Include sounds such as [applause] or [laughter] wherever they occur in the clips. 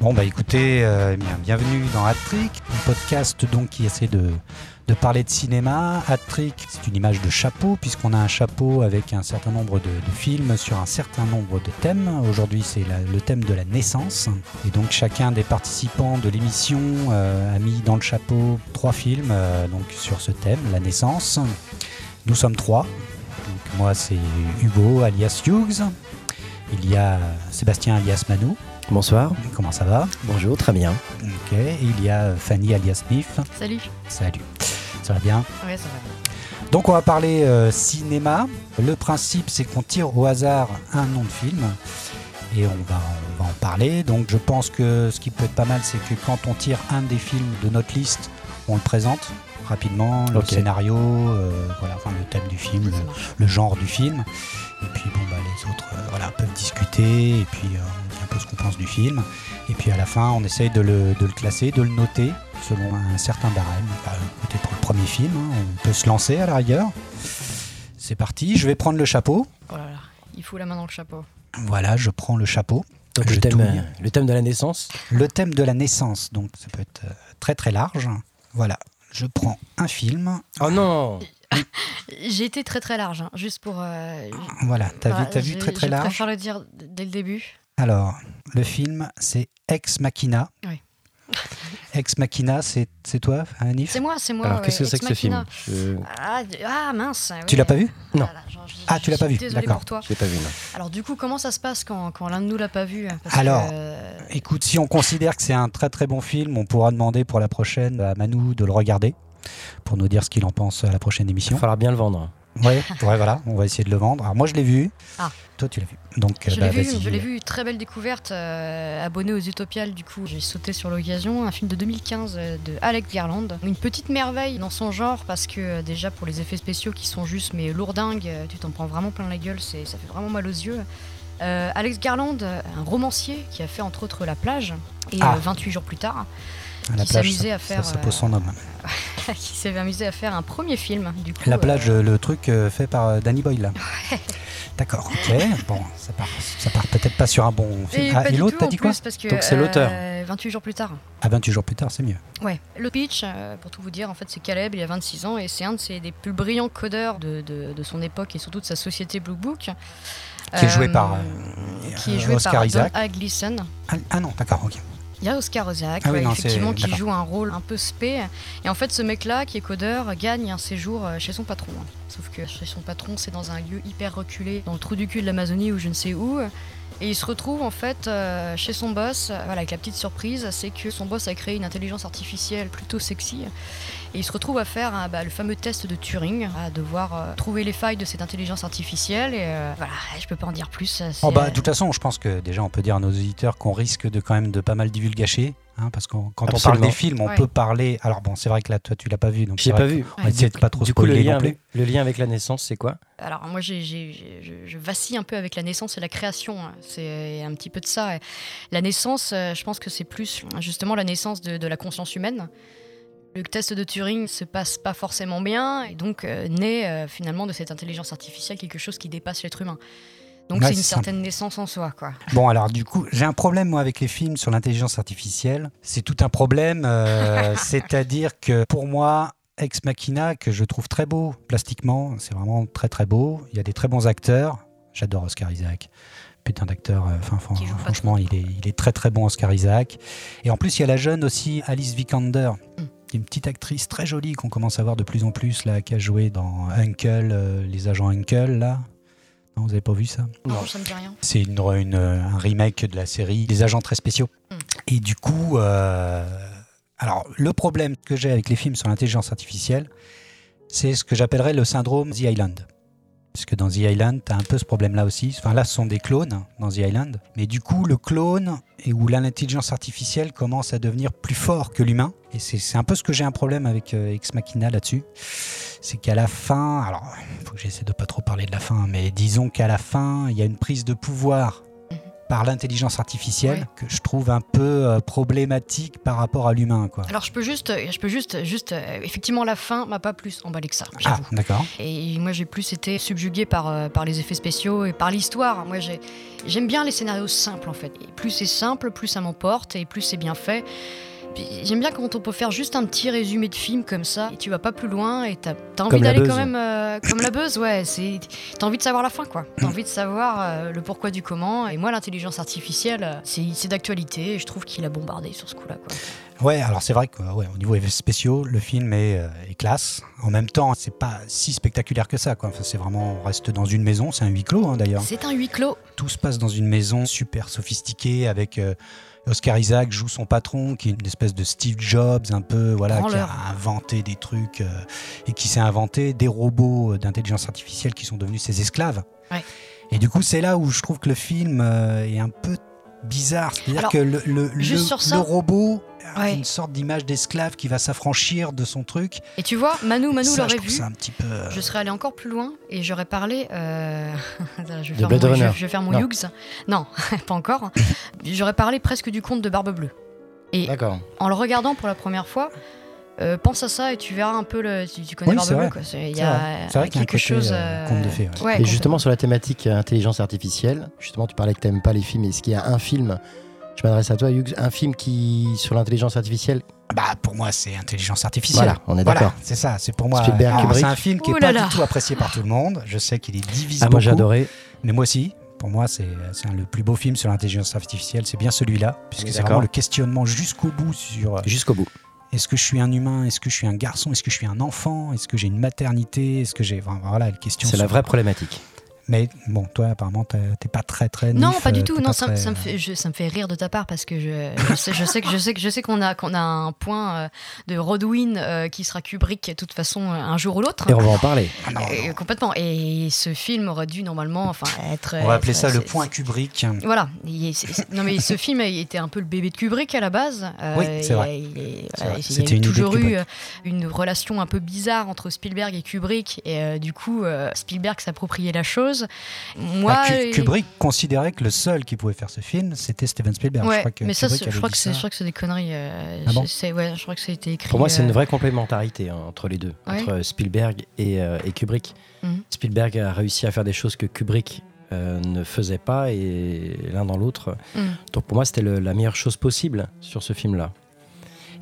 Bon bah écoutez, euh, bien, bienvenue dans Hattrick, un podcast donc qui essaie de, de parler de cinéma. Hattrick, c'est une image de chapeau puisqu'on a un chapeau avec un certain nombre de, de films sur un certain nombre de thèmes. Aujourd'hui c'est la- le thème de la naissance et donc chacun des participants de l'émission euh, a mis dans le chapeau trois films euh, donc sur ce thème, la naissance. Nous sommes trois. Donc moi c'est Hugo alias Hughes. Il y a Sébastien alias Manou. Bonsoir. Comment ça va Bonjour, très bien. Ok, et il y a Fanny alias Mif. Salut. Salut. Ça va bien Ouais, ça va. Donc on va parler euh, cinéma. Le principe c'est qu'on tire au hasard un nom de film et on va, on va en parler. Donc je pense que ce qui peut être pas mal c'est que quand on tire un des films de notre liste, on le présente rapidement, le Ok. scénario, euh, voilà, enfin, le thème du film, le, Ça marche. le genre du film. Et puis bon, bah, les autres euh, voilà, peuvent discuter, et puis euh, on dit un peu ce qu'on pense du film. Et puis à la fin, on essaye de le, de le classer, de le noter selon un certain barème. Bah, Peut-être pour le premier film, hein, on peut se lancer à la rigueur. C'est parti, je vais prendre le chapeau. Oh là là, il faut la main dans le chapeau. Voilà, je prends le chapeau. Donc Je le thème, vais tout lire. euh, le thème de la naissance. Le thème de la naissance, donc ça peut être euh, très très large. Voilà, je prends un film. Oh non J'ai été très très large, hein, juste pour. Euh, Voilà, t'as voilà, vu, t'as vu je- très très Je large. préfère le dire d- dès le début. Alors, le film, c'est Ex Machina. Oui. Ex Machina, c'est c'est toi, Anif C'est moi, c'est moi. Alors ouais, qu'est-ce que Ex c'est que ce film Machina. Je ah, d- ah, mince. Tu l'as pas vu Non. Ah, tu l'as pas vu, d'accord. Pour toi. je l'ai pas vu. non. Alors du coup, comment ça se passe quand, quand l'un de nous l'a pas vu hein, parce Alors, que, euh, Écoute, si on considère que c'est un très très bon film, on pourra demander pour la prochaine à Manu de le regarder pour nous dire ce qu'il en pense à la prochaine Il va émission. falloir bien le vendre. Ouais, ouais, voilà, on va essayer de le vendre. Alors moi, je l'ai vu. Ah. Toi, tu l'as vu. Donc, Je bah, l'ai vu, vas-y. je l'ai vu, très belle découverte, euh, abonné aux Utopiales du coup, j'ai sauté sur l'occasion, un film de 2015 euh, de Alec Garland, une petite merveille dans son genre parce que euh, déjà pour les effets spéciaux qui sont juste mais lourdingues, euh, tu t'en prends vraiment plein la gueule, c'est, ça fait vraiment mal aux yeux. Euh, Alex Garland, euh, un romancier qui a fait entre autres La plage, et Ah. euh, 28 jours plus tard, [laughs] À la qui plage, s'amusait ça, à faire, euh, ça, ça pose son nom. qui s'est amusé à faire un premier film du coup. La euh, plage, le truc euh, fait par euh, Danny Boyle. là. D'accord, ok. Bon, ça part, ça part peut-être pas sur un bon film. et ah, pas et du l'autre, tout t'as en dit plus, quoi parce que, Donc c'est l'auteur. euh, 28 jours plus tard. Ah, 28 jours plus tard, c'est mieux. Ouais. Le pitch, euh, pour tout vous dire, en fait, c'est Caleb, il a 26 ans et c'est un de ses, des plus brillants codeurs de, de- de son époque et surtout de sa société Blue Book. Qui est joué par, euh, qui euh, est joué Oscar par Isaac. Don Gleason. Ah, ah non, d'accord, ok. Il y a Oscar Isaac, Ah oui, ouais, non, c'est- effectivement, qui d'accord. joue un rôle un peu spé. Et en fait, ce mec-là, qui est codeur, gagne un séjour euh, chez son patron. hein. Sauf que chez son patron, c'est dans un lieu hyper reculé, dans le trou du cul de l'Amazonie ou je ne sais où. Et il se retrouve en fait euh, chez son boss, euh, voilà, avec la petite surprise, c'est que son boss a créé une intelligence artificielle plutôt sexy. Et il se retrouve à faire euh, bah, le fameux test de Turing, à devoir euh, trouver les failles de cette intelligence artificielle. Et euh, voilà, je peux pas en dire plus. c'est, Oh bah, euh, de toute façon, je pense que déjà on peut dire à nos auditeurs qu'on risque de quand même de pas mal divulgacher, hein, parce que quand on parle Absolument. des films, on Ouais. peut parler. Alors bon, c'est vrai que là, toi, tu l'as pas vu, donc Je l'ai c'est pas vrai vu. qu'on va essayer de pas trop Du coup, le spoiler lien, non plus. avec, le lien avec la naissance, c'est quoi Alors moi, j'ai- j'ai- j'ai- je, je vacille un peu avec la naissance et la création. hein. C'est un petit peu de ça. La naissance, euh, je pense que c'est plus euh, justement la naissance de, de la conscience humaine. Le test de Turing se passe pas forcément bien et donc euh, naît euh, finalement de cette intelligence artificielle quelque chose qui dépasse l'être humain. Donc Ouais, c'est une c'est ça. certaine naissance en soi, quoi. Bon, alors du coup, j'ai un problème moi avec les films sur l'intelligence artificielle. C'est tout un problème, [laughs] euh, c'est-à-dire que pour moi, Ex Machina, que je trouve très beau plastiquement, c'est vraiment très très beau. Il y a des très bons acteurs. J'adore Oscar Isaac. Putain d'acteur, euh, enfin, fran- Qui joue pas franchement, il est, il est très très bon Oscar Isaac. Et en plus, il y a la jeune aussi, Alice Vikander. Mm. qui est Une petite actrice très jolie qu'on commence à voir de plus en plus, là, qui a joué dans Uncle, euh, les agents Uncle, là. Non, vous avez pas vu ça Non. Non, ça me dit rien. c'est une, une- un remake de la série Les Agents très spéciaux. Mm. Et du coup, euh, alors le problème que j'ai avec les films sur l'intelligence artificielle, c'est ce que j'appellerais le syndrome The Island. Puisque dans The Island, tu as un peu ce problème-là aussi. Enfin, là, ce sont des clones hein, dans The Island. Mais du coup, le clone et où l'intelligence artificielle commence à devenir plus fort que l'humain. Et c'est c'est un peu ce que j'ai un problème avec euh, Ex Machina là-dessus. C'est qu'à la fin, alors faut que j'essaie de pas trop parler de la fin, mais disons qu'à la fin, il y a une prise de pouvoir par l'intelligence artificielle Mm-hmm. Ouais. que je trouve un peu euh, problématique par rapport à l'humain. Quoi. Alors je peux juste, je peux juste, juste, euh, effectivement la fin m'a pas plus emballé que ça. Ah, j'avoue. d'accord. Et moi j'ai plus été subjugué par, euh, par les effets spéciaux et par l'histoire. Moi j'ai- j'aime bien les scénarios simples en fait. Et plus c'est simple, plus ça m'emporte et plus c'est bien fait. Puis, J'aime bien quand on peut faire juste un petit résumé de film comme ça et tu vas pas plus loin et t'as t'as envie Comme la d'aller buzz. quand même euh, comme la buzz ouais c'est t'as envie de savoir la fin quoi t'as envie de savoir euh, le pourquoi du comment et moi l'intelligence artificielle euh, c'est c'est d'actualité et je trouve qu'il a bombardé sur ce coup là quoi Ouais, alors c'est vrai qu'au niveau effets spéciaux, le film est, euh, est classe. En même temps, c'est pas si spectaculaire que ça. Quoi. Enfin, c'est vraiment, on reste dans une maison, c'est un huis clos hein, d'ailleurs. c'est un huis clos Tout se passe dans une maison super sophistiquée avec euh, Oscar Isaac joue son patron qui est une espèce de Steve Jobs un peu voilà qui a Branleur. inventé des trucs euh, et qui s'est inventé des robots euh, d'intelligence artificielle qui sont devenus ses esclaves. Ouais. Et du coup, c'est là où je trouve que le film euh, est un peu bizarre, c'est-à-dire Alors, que le, le- juste le- sur ça- le robot a Ouais. une sorte d'image d'esclave qui va s'affranchir de son truc. et tu vois Manu Manu ça, je l'aurait trouve vu ça un petit peu. euh, Je serais allé encore plus loin et j'aurais parlé. euh, [laughs] De je, vais faire Blade mon, je, Runner. je vais faire mon Non. Hughes. Non, [laughs] pas encore. j'aurais parlé presque du conte de Barbe Bleue. Et D'accord. en le regardant pour la première fois, euh, pense à ça et tu verras un peu le. Tu, tu connais Oui, Barbe c'est Bleue, vrai. quoi. C'est il y C'est a C'est vrai qu'il y a un quelque côté, chose. euh, conte de fées, ouais. ouais, Et conte- justement sur la thématique euh, intelligence artificielle, justement tu parlais que t'aimes pas les films, est-ce qu'il y a un film, je m'adresse à toi Hugues, un film qui sur l'intelligence artificielle Bah, pour moi, c'est intelligence artificielle. Voilà, on est Voilà, Ah, d'accord. c'est ça, c'est pour moi. Spielberg, Alors, C'est Kubrick. un film qui Ouh n'est là pas là. du tout apprécié par tout le monde. Je sais qu'il est divise Ah moi beaucoup. j'ai adoré. Mais moi aussi, pour moi, c'est c'est un- le plus beau film sur l'intelligence artificielle. C'est bien celui-là, On puisque est c'est d'accord. vraiment le questionnement jusqu'au bout sur euh, Jusqu'au bout. est-ce que je suis un humain, est-ce que je suis un garçon, est-ce que je suis un enfant, est-ce que j'ai une maternité, est-ce que j'ai. enfin, voilà, le question. C'est la vraie problématique. Mais bon, toi, apparemment, t'as- t'es pas très, très. Non, nif, pas euh, du tout. t'es Non, pas ça, très, ça me euh, fait, je- ça me fait rire de ta part parce que je, je sais, je sais que je sais que je sais qu'on a qu'on a un point euh, de Rodwin euh, qui sera Kubrick de toute façon euh, un jour ou l'autre. Et on va en parler. ah, non, Euh, non. complètement. Et ce film aurait dû normalement, enfin, être. On va être- appeler ça le c'est- point Kubrick. c'est- Voilà. Il est- c'est- c'est- non mais ce film il était un peu le bébé de Kubrick à la base. Euh, Oui, c'est il- vrai. il- il- C'est voilà, vrai. il y a C'était une eu idée de toujours eu Kubrick. euh, une relation un peu bizarre entre Spielberg et Kubrick et euh, du coup euh, Spielberg s'appropriait la chose. Moi, Ah, Ku- et- Kubrick considérait que le seul qui pouvait faire ce film, c'était Steven Spielberg. ouais, hein, je crois que mais ça, Kubrick c'est- je avait crois dit que c'est, ça. je crois que c'est des conneries. euh, Ah bon je- c'est- ouais, je crois que ça a été écrit. Pour moi, c'est euh, une vraie complémentarité hein, entre les deux, Ouais. entre Spielberg et, euh, et Kubrick. Mhm. Spielberg a réussi à faire des choses que Kubrick euh, ne faisait pas, et l'un dans l'autre. Mhm. Donc pour moi, c'était le- la meilleure chose possible sur ce film-là.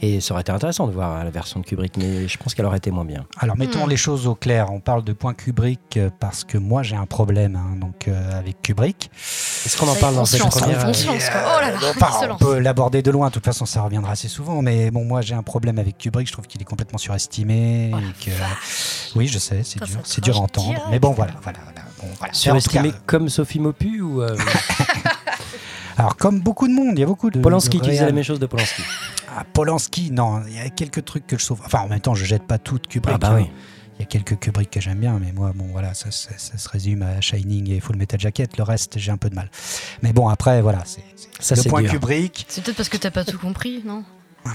Et ça aurait été intéressant de voir euh, la version de Kubrick, mais je pense qu'elle aurait été moins bien. Alors mettons Hmm. les choses au clair. On parle de point Kubrick euh, parce que moi j'ai un problème hein, donc euh, avec Kubrick. Est-ce qu'on en parle dans cette On se lance, première on se lance, quoi. Oh là là, bon, il enfin, se on lance. peut l'aborder de loin. De toute façon, ça reviendra assez souvent. Mais bon, moi j'ai un problème avec Kubrick. Je trouve qu'il est complètement surestimé. Oh la et que- Oui, je sais, c'est Ça, dur, ça c'est dur à crache entendre. direct. Mais bon, voilà, voilà, voilà. Bon, voilà. Mais en Surestimé tout cas, euh, comme Sophie Mopu ou [laughs] euh, alors comme beaucoup de monde, il y a beaucoup de Polanski de qui disait la réals- même chose de Polanski Ah, Polanski, non, il y a quelques trucs que je sauve. Enfin, en même temps, je jette pas tout de Kubrick. Ah bah oui. hein. Il y a quelques Kubrick que j'aime bien, mais moi, bon, voilà, ça, ça- ça se résume à Shining et Full Metal Jacket. Le reste, j'ai un peu de mal. Mais bon, après, voilà, c'est c'est- Ça, le c'est point dur. Kubrick. C'est peut-être parce que t'as pas tout compris, non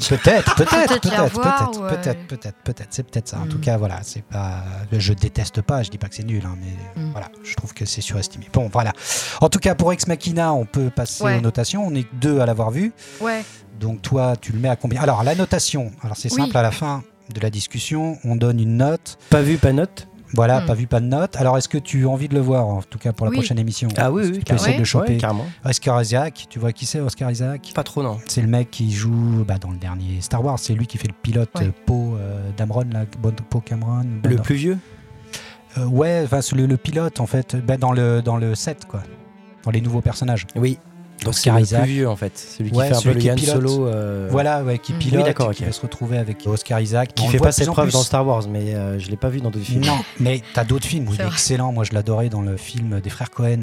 Peut-être, peut-être, peut-être, Peut-être les peut-être, revoir, peut-être, ou, euh, peut-être, peut-être, C'est peut-être ça. En Mm. tout cas, voilà, c'est pas. Je déteste pas. Je dis pas que c'est nul, hein, mais Mm. voilà, je trouve que c'est surestimé. Bon, voilà. En tout cas, pour Ex Machina, on peut passer Ouais. aux notations. On est que deux à l'avoir vu. Ouais. Donc toi, tu le mets à combien Alors la notation, alors c'est Oui. simple, à la fin de la discussion, on donne une note. Pas vu, pas note Voilà, Hmm. pas vu, pas de note. Alors est-ce que tu as envie de le voir, en tout cas pour la Oui. prochaine émission Est-ce que Tu peux Ah carrément. essayer de le choper. Ouais, carrément. Oscar Isaac, tu vois qui c'est Oscar Isaac Pas trop, non. C'est le mec qui joue bah, dans le dernier Star Wars, c'est lui qui fait le pilote Ouais. euh, Poe euh, Dameron, là, Bon- Poe Cameron. Le Bon- plus vieux Euh, ouais, enfin, c'est le, le pilote en fait, bah, dans, le, dans le set quoi, dans les nouveaux personnages. Oui. Donc c'est Oscar le Isaac. plus vieux en fait, celui qui Ouais, fait un peu celui le qui Yann pilote. Solo. euh, Voilà, ouais, qui Hmm. Oui, pilote, et d'accord, qui ok. peut se retrouver avec Oscar Isaac. Qui On fait le voit pas de ses plus en preuves plus. dans Star Wars, mais euh, je l'ai pas vu dans d'autres films. Non, mais t'as d'autres films où il C'est est vrai. excellent. Moi, je l'adorais dans le film des frères Cohen.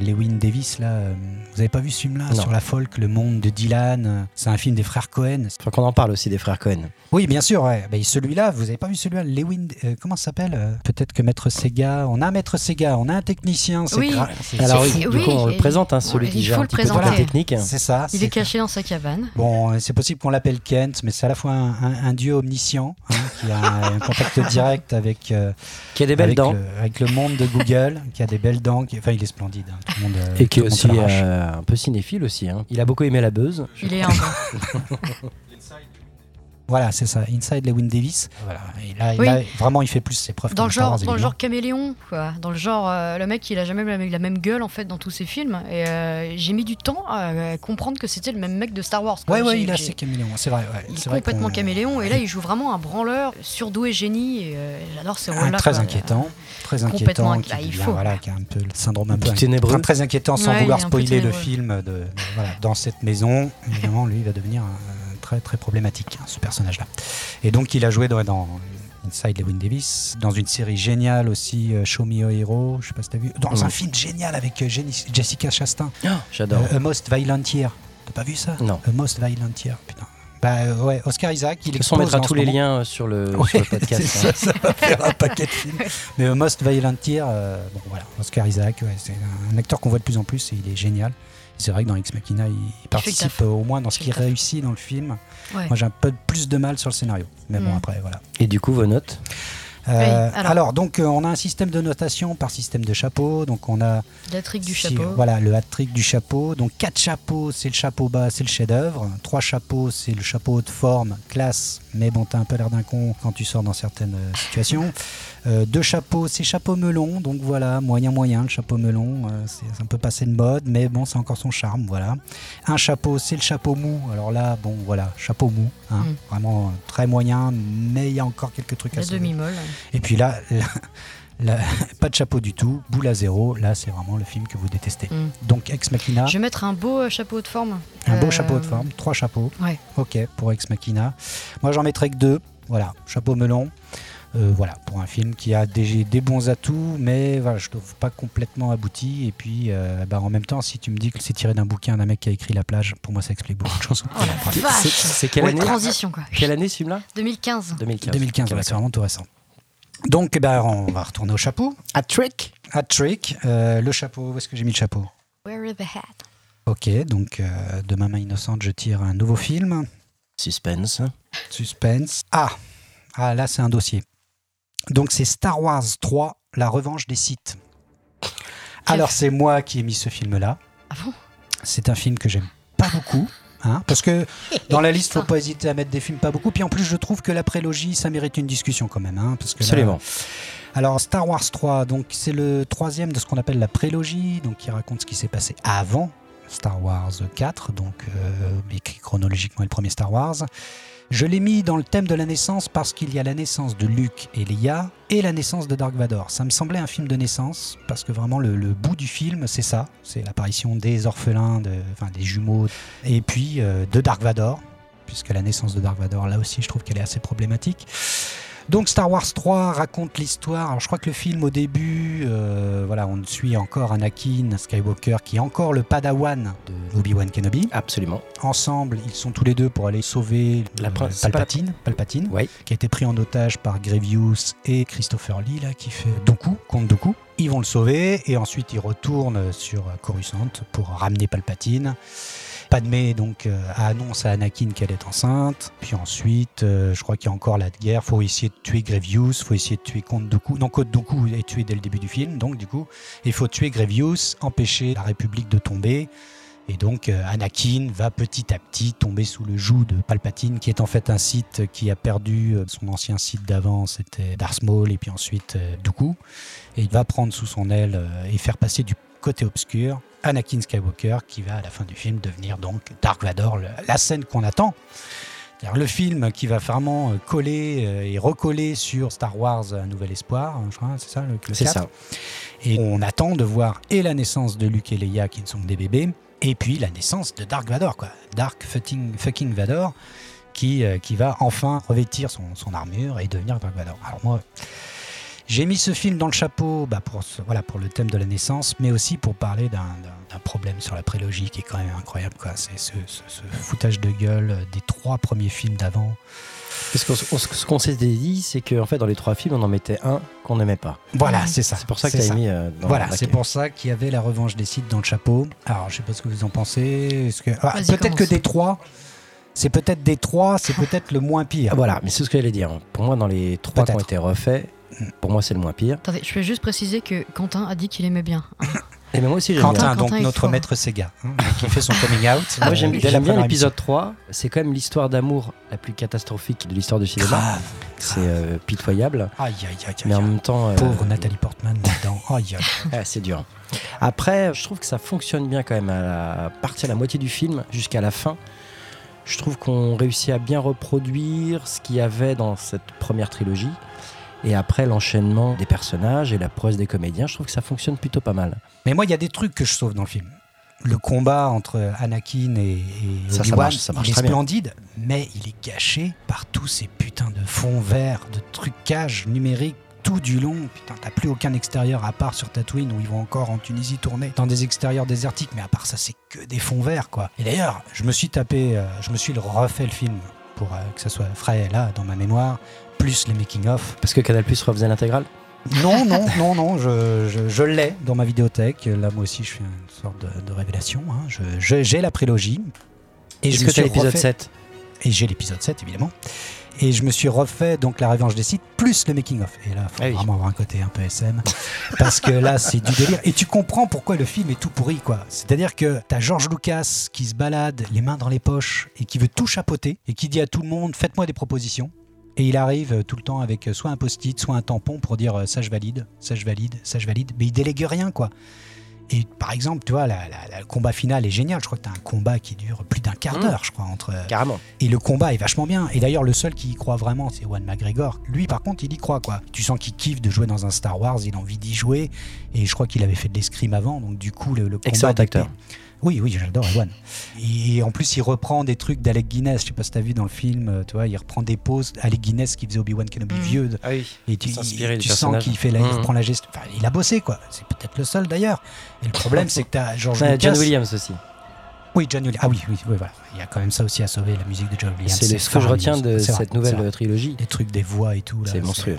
Lewin Davis, là, euh, vous avez pas vu ce film-là Non. Sur la folk, le monde de Dylan. C'est un film des frères Cohen. Faut qu'on en parle aussi des frères Cohen. Oui, bien sûr. ouais. Ben, celui-là, vous avez pas vu celui-là Lewin, euh, comment ça s'appelle Euh, Peut-être que Maître Sega. On a un Maître Sega, on a un technicien. C'est Oui. Ah, gra- c'est- Alors c'est oui, fou. du Oui, coup on le et- présente, hein, celui il qui gère faut un le petit peu toute la présenter. technique. C'est ça. Il c'est- est caché dans sa cabane. Bon, euh, c'est possible qu'on l'appelle Kent, mais c'est à la fois un, un- un dieu omniscient hein, qui a un contact direct avec, euh, Qui a des belles avec, euh, dents. le, avec le monde de Google, qui a des belles dents, qui, enfin il est splendide, hein, tout le monde. euh, Et tout qui est le monde aussi se l'arrache. euh, un peu cinéphile aussi. hein. Il a beaucoup aimé la buzz. Il est humble. euh, Voilà, c'est ça, Inside Lewin Davis. Voilà, et là, Oui. là, vraiment, il fait plus ses preuves. dans que le Star genre Wars, dans le évidemment. genre caméléon quoi dans le genre euh, le mec il a jamais la, la même gueule en fait dans tous ses films et euh, j'ai mis du temps à euh, comprendre que c'était le même mec de Star Wars quoi. Ouais, ouais, J'ai- il a j'ai- ses caméléons, hein, c'est vrai. ouais, il est c'est vrai complètement qu'on- caméléon et là il joue vraiment un branleur surdoué génie et euh, j'adore ces Ah, rôles là très [laughs] inquiétant, très inquiétant, Complètement inqui- qui, ah, il devient, faut. voilà, qui a un peu le syndrome un peu Tout ténébreux. Enfin, très inquiétant sans Ouais, vouloir il est un peu spoiler le ténébreux. film de, de- voilà, dans cette maison évidemment lui il va devenir euh, très très problématique hein, ce personnage là et donc il a joué dans, dans Inside Lewin Davis dans une série géniale aussi euh, Show Me Your Hero je sais pas si t'as vu dans Oui. un film génial avec euh, Jenny- Jessica Chastain Ah, J'adore. euh, A Most Violent Year t'as pas vu ça Non. A Most Violent Year putain bah euh, ouais Oscar Isaac il De toute façon, on expose mettra dans tous ce les moment. liens euh, sur le, Ouais, sur le c'est podcast. ça, hein. ça va faire un paquet de [laughs] films. Mais euh, Most Violent Tear, euh, bon, voilà, Oscar Isaac, ouais, c'est un acteur qu'on voit de plus en plus et il est génial. C'est vrai que dans Ex Machina, il, il participe taf. euh, au moins dans ce Il fait qu'il le taf. réussit dans le film. Ouais. Moi, j'ai un peu plus de mal sur le scénario. Mais bon, Mm. après, voilà. Et du coup, vos notes Euh, Oui, alors. alors. donc, euh, on a un système de notation par système de chapeau. Donc, on a la trique du si- chapeau voilà, le hat-trick du chapeau. Donc, quatre chapeaux, c'est le chapeau bas, c'est le chef-d'œuvre. Trois chapeaux, c'est le chapeau haute forme, classe, mais bon, t'as un peu l'air d'un con quand tu sors dans certaines euh, situations. Euh, deux chapeaux, c'est chapeau melon, donc voilà, moyen moyen, le chapeau melon, euh, c'est c'est un peu passé de mode, mais bon, c'est encore son charme, voilà. Un chapeau, c'est le chapeau mou, alors là, bon, voilà, chapeau mou, hein, Mm. vraiment euh, très moyen, mais il y a encore quelques trucs à la sauver. demi molle Et puis là, là- là, [laughs] pas de chapeau du tout, boule à zéro. Là, c'est vraiment le film que vous détestez. Mm. Donc, Ex Machina, je vais mettre un beau euh, chapeau de forme un beau Euh, chapeau de forme, trois chapeaux. ouais. Ok, pour Ex Machina. Moi, j'en mettrais que deux. Voilà, chapeau melon. Euh, voilà, pour un film qui a des, des bons atouts, mais voilà, je trouve pas complètement abouti. Et puis, euh, bah, en même temps, si tu me dis que c'est tiré d'un bouquin d'un mec qui a écrit La plage, pour moi, ça explique beaucoup de choses. oh la C'est- vache C'est quelle Ouais, année transition quoi Quelle année ce film-là 2015 2015. 2015, Ok, ouais, c'est vraiment tout récent. Donc, eh ben, on va retourner au chapeau. A trick Hat trick, euh, le chapeau, où est-ce que j'ai mis le chapeau wear the hat Ok, donc euh, de ma main innocente, je tire un nouveau film. Suspense. Suspense. Ah, ah là, c'est un dossier. Donc, c'est Star Wars 3, La revanche des Sith. Alors, c'est moi qui ai mis ce film-là. Ah bon C'est un film que j'aime pas beaucoup. hein, parce [laughs] que dans la liste, faut pas hésiter à mettre des films pas beaucoup. Puis en plus, je trouve que la prélogie, ça mérite une discussion quand même. hein, parce que là- Absolument. alors Star Wars 3, donc c'est le troisième de ce qu'on appelle la prélogie, donc qui raconte ce qui s'est passé avant Star Wars 4, donc euh, mais qui chronologiquement est le premier Star Wars. Je l'ai mis dans le thème de la naissance parce qu'il y a la naissance de Luke et Leia et la naissance de Dark Vador. Ça me semblait un film de naissance parce que vraiment le, le bout du film c'est ça, c'est l'apparition des orphelins, de- enfin des jumeaux et puis euh, de Dark Vador puisque la naissance de Dark Vador là aussi je trouve qu'elle est assez problématique. Donc Star Wars 3 raconte l'histoire. Alors je crois que le film au début, euh, voilà, on suit encore Anakin Skywalker qui est encore le Padawan de Obi-Wan Kenobi. Absolument. Ensemble, ils sont tous les deux pour aller sauver La la prince- Palpatine, Palpatine, Oui. qui a été pris en otage par Grievous et Christopher Lee là qui fait Dooku, contre Dooku. Ils vont le sauver et ensuite ils retournent sur euh, Coruscant pour ramener Palpatine. Padmé donc euh, annonce à Anakin qu'elle est enceinte. Puis ensuite, euh, je crois qu'il y a encore la guerre. Faut essayer de tuer Grievous, faut essayer de tuer Comte Dooku. Non, Comte Dooku est tué dès le début du film, donc du coup, il faut tuer Grievous, empêcher la République de tomber. Et donc euh, Anakin va petit à petit tomber sous le joug de Palpatine, qui est en fait un site qui a perdu euh, son ancien site d'avant, c'était Darth Maul, et puis ensuite euh, Dooku. Et il va prendre sous son aile euh, et faire passer du côté obscur Anakin Skywalker, qui va à la fin du film devenir donc Dark Vador, le- la scène qu'on attend. C'est-à-dire Le film qui va vraiment euh, coller euh, et recoller sur Star Wars Un Nouvel Espoir, hein, je crois, c'est ça le, le C'est 4. ça. Et on attend de voir et la naissance de Luke et Leia qui ne sont que des bébés, et puis la naissance de Dark Vador, quoi. Dark fucking, fucking Vador, qui, euh, qui va enfin revêtir son, son armure et devenir Dark Vador. Alors moi, j'ai mis ce film dans le chapeau bah, pour, ce- voilà, pour le thème de la naissance, mais aussi pour parler d'un d'un- d'un problème sur la prélogie qui est quand même incroyable. quoi. C'est ce, ce- ce foutage de gueule euh, des trois premiers films d'avant. Parce qu'on s- on s- ce qu'on s'était dit, c'est qu'en fait, dans les trois films, on en mettait un qu'on n'aimait pas. Voilà, Ouais. c'est ça. Ah, C'est pour ça que C'est t'as mis. euh, dans Voilà, la- c'est pour ça qu'il y avait la revanche des sites dans le chapeau. Alors, je sais pas ce que vous en pensez. Est-ce que... Ah, Vas-y, Peut-être que commence. des trois, C'est peut-être des trois, c'est peut-être le moins pire. Ah, voilà, mais c'est ce que j'allais dire. Pour moi, dans les trois qui ont Peut-être. été refaits, pour moi, c'est le moins pire. Attendez, je vais juste préciser que Quentin a dit qu'il aimait bien. Et même moi aussi, j'aime bien. Quentin, Quentin donc est notre fort. maître Sega, hein, qui fait son coming out. Ah, Moi, euh, j'aime dès j'aime la bien première l'épisode 3. C'est quand même l'histoire d'amour la plus catastrophique de l'histoire du émission. cinéma. Grave. C'est euh, pitoyable. Aïe, aïe, aïe, aïe. Mais en aïe. même temps. euh, Pauvre Nathalie Portman dedans. Aïe, aïe. Ah, c'est dur. Après, je trouve que ça fonctionne bien quand même. À la partie à la moitié du film jusqu'à la fin, je trouve qu'on réussit à bien reproduire ce qu'il y avait dans cette première trilogie. Et après, l'enchaînement des personnages et la prouesse des comédiens, je trouve que ça fonctionne plutôt pas mal. Mais moi, il y a des trucs que je sauve dans le film. Le combat entre Anakin et, et Ça, ça Obi-Wan, marche, ça marche il est très bien. splendide, mais il est gâché par tous ces putains de fonds verts, de trucages numériques tout du long. Putain, t'as plus aucun extérieur à part sur Tatooine où ils vont encore en Tunisie tourner dans des extérieurs désertiques, mais à part ça, c'est que des fonds verts, quoi. Et d'ailleurs, je me suis tapé, euh, je me suis le refait le film pour euh, que ça soit frais là dans ma mémoire, plus les making-of. Parce que Canal Plus refaisait l'intégrale Non, non, non, non, je, je- je l'ai dans ma vidéothèque. Là, moi aussi, je fais une sorte de, de révélation. hein. Je- je- j'ai la prélogie. Et Est-ce je que me t'as suis l'épisode refait- 7 Et j'ai l'épisode 7, évidemment. Et je me suis refait donc La Revanche des sites, plus le making-of. Et là, faut Ah oui. vraiment avoir un côté un peu SM. parce que là, c'est du délire. Et tu comprends pourquoi le film est tout pourri, quoi. C'est-à-dire que t'as George Lucas qui se balade, les mains dans les poches, et qui veut tout chapeauter, et qui dit à tout le monde Faites-moi des propositions. Et il arrive euh, tout le temps avec euh, soit un post-it, soit un tampon pour dire euh, ça je valide, ça je valide, ça je valide. Mais il délègue rien, quoi. Et par exemple, tu vois, la- la- la- le combat final est génial. Je crois que t'as un combat qui dure plus d'un quart Mmh. d'heure, je crois, entre euh, Carrément. et le combat est vachement bien. Et d'ailleurs, le seul qui y croit vraiment, c'est Juan McGregor. Lui, par contre, il y croit, quoi. Tu sens qu'il kiffe de jouer dans un Star Wars, il a envie d'y jouer. Et je crois qu'il avait fait de l'escrime avant, donc du coup, le, le combat. Excellent d'épée- acteur. Oui, oui, j'adore Juan. Et en plus, il reprend des trucs d'Alec Guinness. Je sais pas si t'as vu dans le film, euh, tu vois, il reprend des poses. Alec Guinness qui faisait Obi-Wan Kenobi Mhm. vieux. Ah oui. Et tu, S'inspirer tu du sens personnage. qu'il fait la, il Mhm. prend la geste. Enfin, il a bossé, quoi. C'est peut-être le seul d'ailleurs. Et le [laughs] problème, c'est que t'as George Lucas. John Williams aussi. Oui, John Williams. Ah oui, oui, oui, voilà. Il y a quand même ça aussi à sauver, la musique de John Williams. C'est le- ce que je faramineux, retiens de c'est vrai, cette c'est vrai. nouvelle trilogie. Les trucs des voix et tout. là, C'est monstrueux.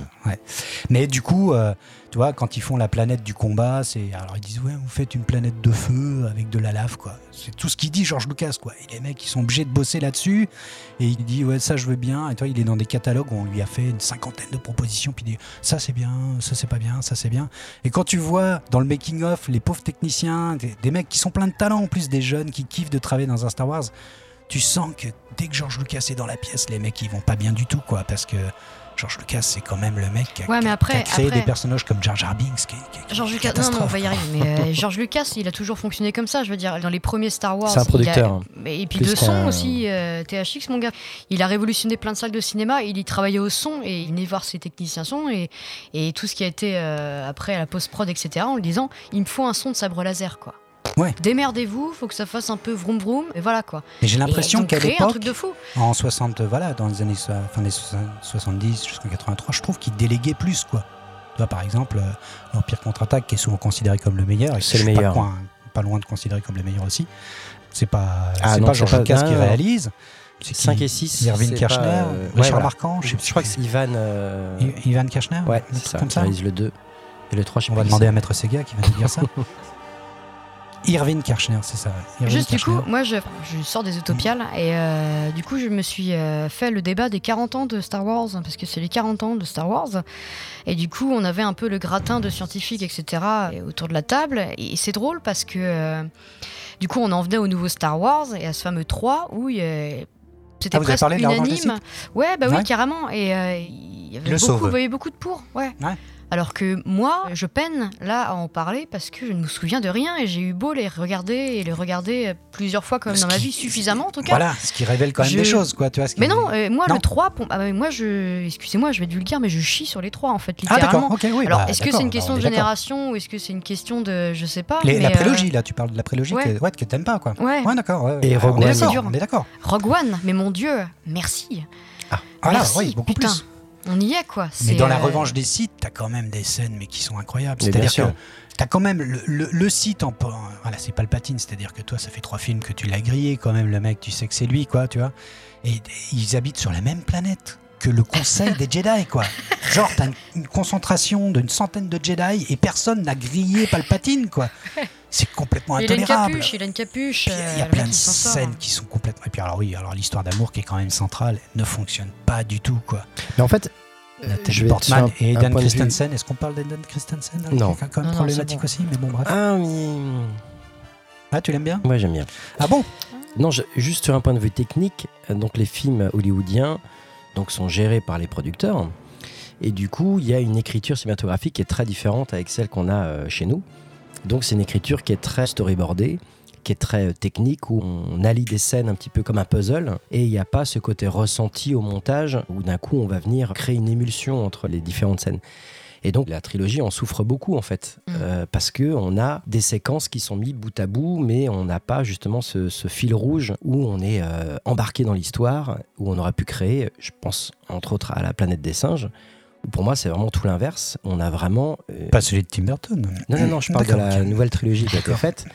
Mais du coup, euh, tu vois, quand ils font la planète du combat, c'est alors ils disent ouais, vous faites une planète de feu avec de la lave, quoi. C'est tout ce qu'il dit George Lucas, quoi. Et les mecs, ils sont obligés de bosser là-dessus. Et il dit ouais, ça je veux bien. Et toi, il est dans des catalogues où on lui a fait une cinquantaine de propositions. Puis il dit ça c'est bien, ça c'est pas bien, ça c'est bien. Et quand tu vois dans le making of les pauvres techniciens, des, des mecs qui sont pleins de talent en plus, des jeunes qui kiffent de travailler dans un Star Wars, tu sens que dès que George Lucas est dans la pièce, les mecs ils vont pas bien du tout, quoi, parce que George Lucas c'est quand même le mec qui a, Ouais, mais qui a- après- qui a créé après- des personnages comme Jar Jar Binks, qui, est- qui est- George qui est Lucas, non, non, on catastrophe, va y quoi. arriver. Mais euh, George Lucas, il a toujours fonctionné comme ça. Je veux dire, dans les premiers Star Wars, C'est un producteur, hein. Il a- et puis Plus de son qu'un- aussi, euh, THX, mon gars. Il a révolutionné plein de salles de cinéma. Il y travaillait au son et il venait voir ses techniciens son et, et tout ce qui a été euh, après à la post prod, etc. En lui disant, il me faut un son de sabre laser, quoi. Ouais. Démerdez-vous, faut que ça fasse un peu vroom vroom. Et voilà quoi. Mais j'ai Et ils l'impression ont qu'à créé un l'époque, truc de fou. en 60, voilà, dans les années so- fin des so- 70 jusqu'en 83, je trouve qu'il déléguait plus, quoi. Tu vois, par exemple, euh, l'Empire contre-attaque, qui est souvent considéré comme le meilleur, et C'est je le suis meilleur. Pas, coin- pas loin de considérer comme le meilleur aussi. C'est pas, Ah c'est non, pas c'est George pas- Lucas non, qui non. réalise. C'est 5 qui- et 6. Irving Kirchner, Richard Marquand, je Je, sais plus crois que qui. c'est euh, Ivan. euh, I- Ivan Kirchner Ouais, Ah, un c'est truc ça. comme Comme ça. réalise le 2 et le 3, je sais On pas va qui demander c'est. à Maître Sega qui va nous [laughs] dire ça. Irving Kirchner, c'est ça. Irving Juste du Kirchner. coup, moi je, je sors des Utopiales et euh, du coup je me suis euh, fait le débat des 40 ans de Star Wars hein, parce que c'est les 40 ans de Star Wars et du coup on avait un peu le gratin de scientifiques etc et autour de la table et c'est drôle parce que euh, du coup on en venait au nouveau Star Wars et à ce fameux 3 où il y a- c'était Ah, vous avez presque parlé de la revanche des unanime. ouais bah oui Ouais. carrément et euh, il y avait Le beaucoup, sauve. vous voyez beaucoup de pour ouais. Ouais. Alors que moi, je peine là à en parler parce que je ne me souviens de rien et j'ai eu beau les regarder et les regarder euh, plusieurs fois comme Ce dans ma qui- vie suffisamment en tout cas. Voilà, ce qui révèle quand même Je- des choses, quoi. Tu vois, ce qui- Mais non, euh, moi Non. le 3, pour- ah, bah, moi je, excusez-moi, je vais vulgaire, mais je chie sur les 3 en fait Ah d'accord, littéralement. ok, oui. Alors bah, est-ce que d'accord, c'est une bah, question on de est d'accord. génération ou est-ce que c'est une question de, je sais pas. Les- mais, la euh, prélogie, là, tu parles de la prélogie ouais. que, ouais, que t'aimes pas, quoi. ouais. Ouais, d'accord. ouais, Et ouais, Rogue on est One. d'accord, C'est dur. On est d'accord. Rogue One, mais mon dieu, merci, Ah là, Merci, oui, beaucoup putain. plus. on y est quoi. Mais C'est, dans la euh, revanche des sites, t'as quand même des scènes, mais qui sont incroyables. Mais bien C'est-à-dire que sûr. t'as quand même le, le- le site en. Voilà, c'est pas le patine, c'est-à-dire que toi, ça fait trois films que tu l'as grillé quand même, le mec, tu sais que c'est lui, quoi, tu vois. Et, et ils habitent sur la même planète que le conseil des Jedi, [laughs] quoi. Genre, t'as une, une concentration d'une centaine de Jedi et personne n'a grillé Palpatine, quoi. C'est complètement Il a une intolérable. capuche, il a une capuche. euh, Puis, Il y a plein de scènes qui sont complètement. Et puis alors oui, alors l'histoire d'amour qui est quand même centrale ne fonctionne pas du tout quoi. Mais en fait, Euh, Nathalie je vais être sur Portman un- un et Aidan point de vue- Christensen. Est-ce qu'on parle d'Aidan Christensen là, Non. Quelqu'un quand même Non, non, problématique c'est bon. aussi, mais bon bref. Ah, mais. Ah tu l'aimes bien Moi, j'aime bien. Ah bon Non, je- juste sur un point de vue technique, euh, donc les films hollywoodiens donc, sont gérés par les producteurs. Et du coup, il y a une écriture cinématographique qui est très différente avec celle qu'on a euh, chez nous. Donc, c'est une écriture qui est très storyboardée, qui est très euh, technique, où on allie des scènes un petit peu comme un puzzle. Et il n'y a pas ce côté ressenti au montage, où d'un coup, on va venir créer une émulsion entre les différentes scènes. Et donc la trilogie en souffre beaucoup en fait, Mm. euh, parce que on a des séquences qui sont mises bout à bout, mais on n'a pas justement ce, ce fil rouge où on est euh, embarqué dans l'histoire, où on aurait pu créer, je pense entre autres à la planète des singes. où Pour moi, c'est vraiment tout l'inverse. On a vraiment. euh, Pas celui de Tim Burton. Non, non, non, je parle de D'accord, la ok. nouvelle trilogie qui a été faite,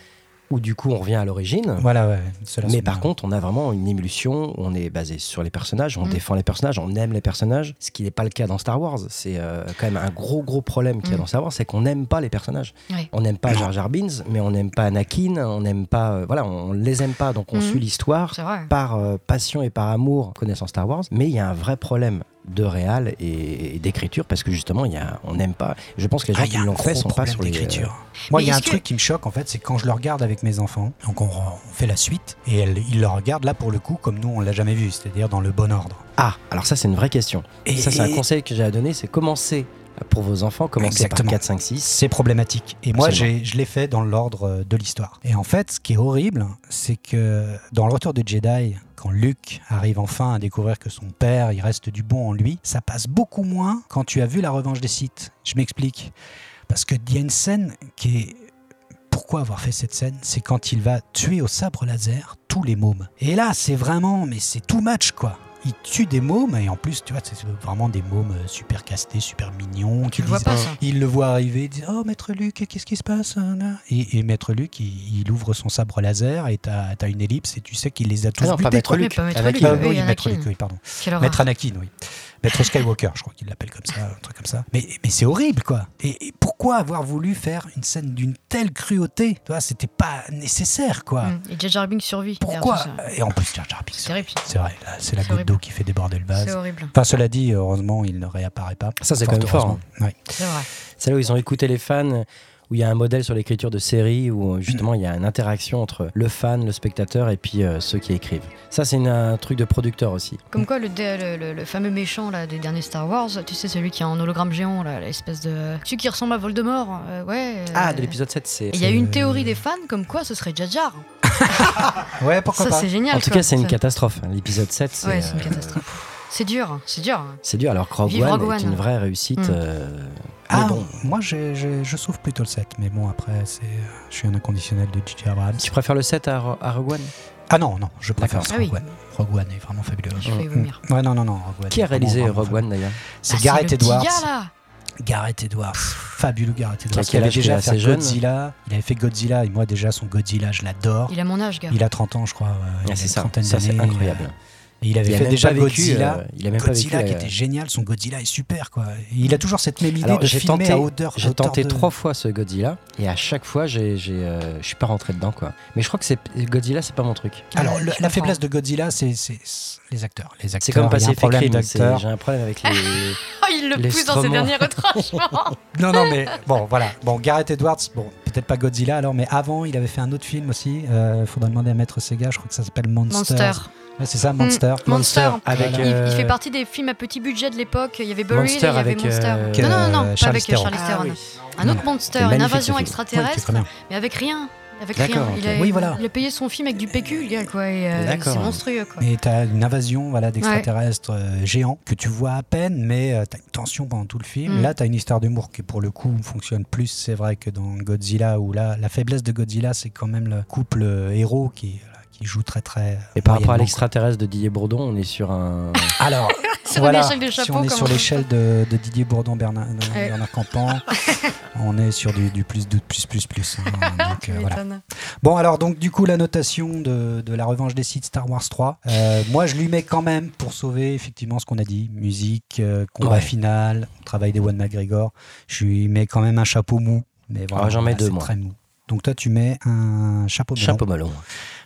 où du coup, on revient à l'origine. Voilà ouais. ceux-là Mais sont par bien. contre, on a vraiment une émulsion, on est basé sur les personnages, on Mm. défend les personnages, on aime les personnages, ce qui n'est pas le cas dans Star Wars. C'est euh, quand même un gros gros problème qu'il y a Mm. dans Star Wars, c'est qu'on n'aime pas les personnages. Ouais. On n'aime pas Non. Jar Jar Binks, mais on n'aime pas Anakin, on n'aime pas... euh, voilà, on les aime pas, donc on Mm. suit l'histoire C'est vrai. par euh, passion et par amour connaissant Star Wars, mais il y a un vrai problème de réal et, et d'écriture parce que justement il y a, on n'aime pas je pense que les gens Ah, il y qui a un l'ont fait gros sont pas problème sur les d'écriture. Moi, Mais il y a un est-ce que- truc qui me choque en fait, c'est quand je le regarde avec mes enfants. Donc on, re- on fait la suite et elle- ils le regardent là pour le coup comme nous on l'a jamais vu, c'est-à-dire dans le bon ordre. ah alors ça c'est une vraie question Et ça, c'est un conseil que j'ai à donner, c'est commencer pour vos enfants, commencer Exactement. par 4, 5, 6. c'est problématique. Et moi, Absolument. j'ai- je l'ai fait dans l'ordre euh, de l'histoire. Et en fait, ce qui est horrible, c'est que dans le retour de Jedi, quand Luke arrive enfin à découvrir que son père, il reste du bon en lui, ça passe beaucoup moins quand tu as vu la revanche des Sith. Je m'explique. Parce que il y a une scène qui est... Pourquoi avoir fait cette scène C'est quand il va tuer au sabre laser tous les mômes. Et là, c'est vraiment... Mais c'est too much, quoi il tue des mômes et en plus tu vois c'est vraiment des mômes euh, super castés super mignons qui Tu le vois disent- pas ça. il le voit arriver, il dit Oh, Maître Luc, qu'est-ce qui se passe hein, là et, et Maître Luc, il, il ouvre son sabre laser et t'as t'as une ellipse et tu sais qu'il les a tous Ah non, pas butés, Maître quoi. Mais pas Maître Anakin. Luc, Ah, oui, oui, Maître Anakin. Ah. Luc, oui, pardon. Quelle horreur. Maître Anakin, oui. Maître Skywalker, je crois qu'il l'appelle comme ça, un truc comme ça. Mais, mais c'est horrible, quoi. Et, et pourquoi avoir voulu faire une scène d'une telle cruauté Tu vois, c'était pas nécessaire, quoi. Mm. Et Jar Jar Binks survit. Pourquoi Alors, ça, Et en plus, Jar Jar Binks, C'est terrible. C'est vrai, là, c'est la C'est goutte horrible. d'eau qui fait déborder le C'est vase. horrible. Enfin, cela dit, heureusement, il ne réapparaît pas. Ça, c'est quand même Fort fort. hein. heureusement. Ouais. C'est vrai. C'est là où ils ont écouté les fans, où il y a un modèle sur l'écriture de série, où euh, justement il y a une interaction entre le fan, le spectateur et puis euh, ceux qui écrivent. Ça, c'est une- un truc de producteur aussi. Comme quoi, le, dé- le, le- le fameux méchant là, des derniers Star Wars, tu sais, celui qui est en hologramme géant, là, l'espèce de. Celui qui ressemble à Voldemort, euh, ouais. euh, Ah, de l'épisode 7, c'est. Et il y a eu une c'est- théorie des fans comme quoi ce serait Jar Jar. Ouais, pourquoi ça, pas c'est génial. En tout quoi. cas, c'est une Ça- catastrophe. hein. L'épisode 7, c'est. Ouais, c'est une euh, catastrophe. C'est dur, c'est dur. c'est dur. Alors, que Rogue Vive One, Rogue est One. une vraie réussite. Mm. euh, Ah, mais bon, moi je, je, je sauve plutôt le 7, mais bon, après, c'est, euh, je suis un inconditionnel de J.J. Abrams. tu préfères le 7 à, Ro- à Rogue One Ah non, non, je préfère D'accord. ce Ah oui. Rogue One. Rogue One est vraiment fabuleux. Je vais Mm. vomir. Ouais, non, non, non, Rogue One. Qui a est vraiment, réalisé vraiment Rogue One d'ailleurs fabuleux. C'est Ah, Gareth le petit Edwards. gars, là. Gareth Edwards. Fabuleux Gareth Edwards. quel Il avait âge qu'il déjà a, fait assez jeune Godzilla. Il avait fait Godzilla, et moi déjà, son Godzilla, je l'adore. Il a mon âge, gars. Il a 30 ans, je crois. ouais, il a Ah, C'est une ça. trentaine Ça, c'est d'années, incroyable. Et il avait a fait même déjà pas vécu, Godzilla. euh, il a même pas Godzilla vécu, qui euh, Mm. était génial, son Godzilla est super quoi. Et Il a toujours cette même idée Alors, de j'ai filmer tenté- à odeur. J'ai hauteur tenté de- trois fois ce Godzilla et à chaque fois j'ai, j'ai, euh, je suis pas rentré dedans quoi. Mais je crois que c'est Godzilla c'est pas mon truc. Alors, le- Ouais, Ah, je la comprends. faiblesse de Godzilla, c'est c'est- c'est les acteurs. Les acteurs, C'est il comme y a un passer problème crime. c'est- d'acteur. J'ai un problème avec les. Oh, il le Les pousse dans ses stromos. derniers retranchements. Non, non, [laughs] mais bon, voilà. Bon, Gareth Edwards, bon, peut-être pas Godzilla alors, mais avant, il avait fait un autre film aussi. Euh, faudra demander à Maître Sega, je crois que ça s'appelle [laughs] Monster. Monster. Mm. c'est ça, Monster. Monster. avec. Il, euh, il fait partie des films à petit budget de l'époque. Il y avait Buried, et il y Monster avait avec, Monster. euh, euh, non, non, non, pas Charlize avec Theron. Ah Charlize Theron. Un Non. autre Monster, Magnifique, une ce invasion film. Ouais, c'est extraterrestre, très bien. mais avec rien. Mais avec D'accord, rien. Il, ok. a, Oui, voilà. il a payé son film avec du PQ, le gars, quoi. et, euh, D'accord. c'est monstrueux, quoi. Et t'as une invasion voilà, d'extraterrestres euh, géants que tu vois à peine, mais euh, t'as une tension pendant tout le film. Mm. Là, t'as une histoire d'humour qui, pour le coup, fonctionne plus, c'est vrai, que dans Godzilla, où là, la faiblesse de Godzilla, c'est quand même le couple euh, héros qui, voilà, qui joue très, très. Et par rapport à moyennement, quoi. l'extraterrestre de Didier Bourdon, on est sur [laughs] un. Alors, [laughs] [laughs] Sur voilà, l'échelle des si chapeaux, on est comment sur on fait l'échelle de, de Didier Bourdon, Bernard, non, Ouais. Bernard [laughs] Campan, on est sur du, du plus, de plus, plus, plus. [laughs] hein, donc, Tu euh, voilà. m'étonnes. Bon, alors, donc, du coup, la notation de, de la revanche des sites Star Wars 3, euh, moi, je lui mets quand même pour sauver effectivement ce qu'on a dit musique, euh, combat Ouais. final, travail d'Ewan McGregor. Je lui mets quand même un chapeau mou. Mais voilà, Ah, j'en mets là, deux, c'est moi. Très mou. Donc toi, tu mets un chapeau melon. Chapeau melon.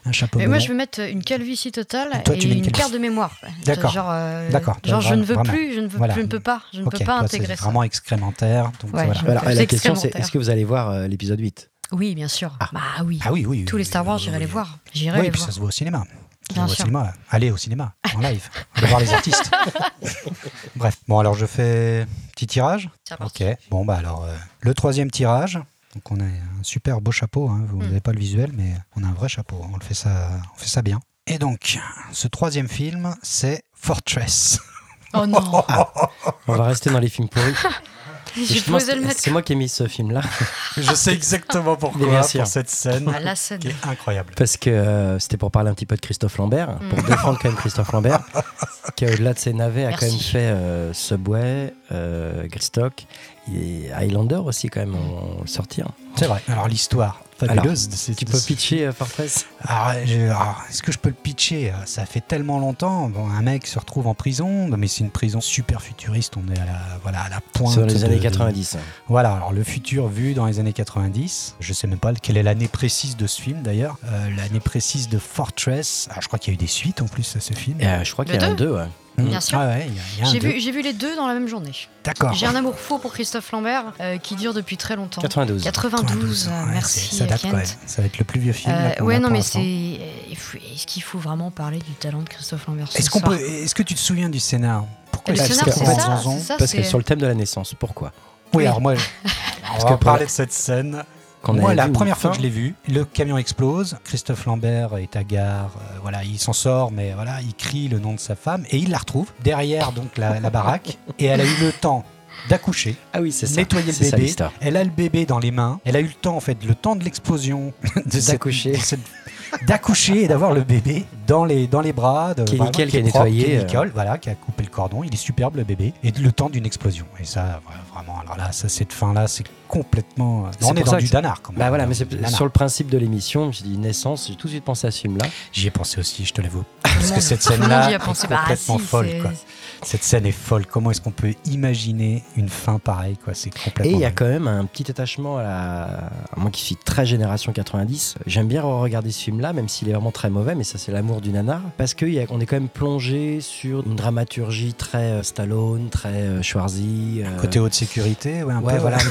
Un chapeau Mais moi, melon. je vais mettre une calvitie Et totale toi, et tu mets une une, calvitie. perte de mémoire. D'accord. Genre, euh, D'accord. genre je Vraiment, ne veux vraiment. plus, je ne, veux, Voilà. je ne peux pas, je ne Ok, peux pas toi, intégrer C'est ça. vraiment excrémentaire. Donc Ouais, voilà. je- Voilà, Plus et la question c'est excrémentaire. est-ce que vous allez voir euh, l'épisode 8 Oui, bien sûr. Ah. Bah oui. Ah oui, oui. oui, Tous les Star oui, Wars, oui, j'irai oui. les voir. J'irai Oui, les puis voir. ça se voit au cinéma. Ça se Bien voit au sûr. cinéma. Allez au cinéma, en live. Allez voir les [laughs] artistes. Bref. Bon, alors je fais petit tirage. C'est Ok. parti. Bon, bah alors, euh, le troisième tirage. Donc on a un super beau chapeau. hein. Vous Mm. n'avez pas le visuel, mais on a un vrai chapeau. On le fait ça, on fait ça bien. Et donc, ce troisième film, c'est Fortress. Oh non, On va rester dans les films [laughs] pourris. j'ai Justement, posé le c'est- mettre. C'est moi qui ai mis ce film-là [laughs] Je sais exactement Mais pourquoi bien sûr. pour cette scène Ah, La scène. qui est incroyable. parce que euh, c'était pour parler un petit peu de Christophe Lambert, Mm. pour défendre quand même Christophe [laughs] Lambert, qui au-delà de ses navets a quand Merci. même fait euh, Subway, euh, Greystock et Highlander aussi quand même, on, on le sortir. C'est vrai. Alors l'histoire fabuleuse de ces Tu de peux ce- pitcher euh, Fortress Alors, je- alors, est-ce que je peux le pitcher Ça fait tellement longtemps. Bon, un mec se retrouve en prison, mais c'est une prison super futuriste. On est à la, voilà, à la pointe. Sur les de- années de- 90. Voilà, alors le futur vu dans les années 90. Je sais même pas quelle est l'année précise de ce film d'ailleurs. Euh, l'année précise de Fortress. Alors je crois qu'il y a eu des suites en plus à ce film. Et, euh, je crois qu'il y Le a un 2. Ouais. bien sûr. Ah ouais, il y a- il y a un J'ai deux. vu, j'ai vu les deux dans la même journée. D'accord. J'ai un amour faux pour Christophe Lambert euh, qui dure depuis très longtemps. 92. 92, euh, ouais, merci c'est- Ça date Kent. quand même. Ça va être le plus vieux film. là, Euh, qu'on a ouais, non, pour mais c'est. l'instant. euh, il faut- Est-ce qu'il faut vraiment parler du talent de Christophe Lambert ce Est-ce qu'on soir peut Est-ce que tu te souviens du scénar Pourquoi Le est-ce scénar, que- c'est en fait, ça, Zanzon- c'est ça, Parce que c'est- sur le thème de la naissance, pourquoi Oui, Oui. alors moi, on va que en pour- parler de cette scène. Qu'on moi, avait la vu première une fois fin. que je l'ai vu, le camion explose. Christophe Lambert est à gare. euh, voilà, il s'en sort, mais voilà, il crie le nom de sa femme et il la retrouve derrière donc la, la baraque. Et elle a eu le temps d'accoucher, Ah oui, c'est ça. nettoyer C'est le ça bébé. l'histoire. elle a le bébé dans les mains. Elle a eu le temps, en fait, le temps de [laughs] l'explosion de cette- D'accoucher. de cette- d'accoucher et d'avoir le bébé dans les dans les bras. De, Qui est vraiment, nickel, qui est propre, nettoyé, qui est euh. nickel, voilà, qui a coupé le cordon. Il est superbe le bébé et le temps d'une explosion. Et ça, voilà, vraiment, alors là, ça, cette fin là, c'est complètement. euh, C'est on est pour dans ça que du c'est- danard quand même. Bah voilà, mais Du c'est- nanar. sur le principe de l'émission, j'ai dit naissance, j'ai tout de suite pensé à ce film-là. J'y ai pensé aussi, je te l'avoue. Tout le Parce que monde- cette tout le monde scène-là y a est pensé. Bah, complètement si, folle, c'est- quoi. Ah, Cette scène est folle. Comment est-ce qu'on peut imaginer une fin pareille quoi C'est Et complètement. il y a dingue. quand même un petit attachement à la. à Moi qui suis très génération 90, j'aime bien regarder ce film-là, même s'il est vraiment très mauvais, mais ça c'est l'amour du nanar. Parce qu'on est quand même plongé sur une dramaturgie très euh, Stallone, très euh, Schwarzy. euh, Côté haute sécurité, ouais, un Ouais, peu, voilà. [laughs]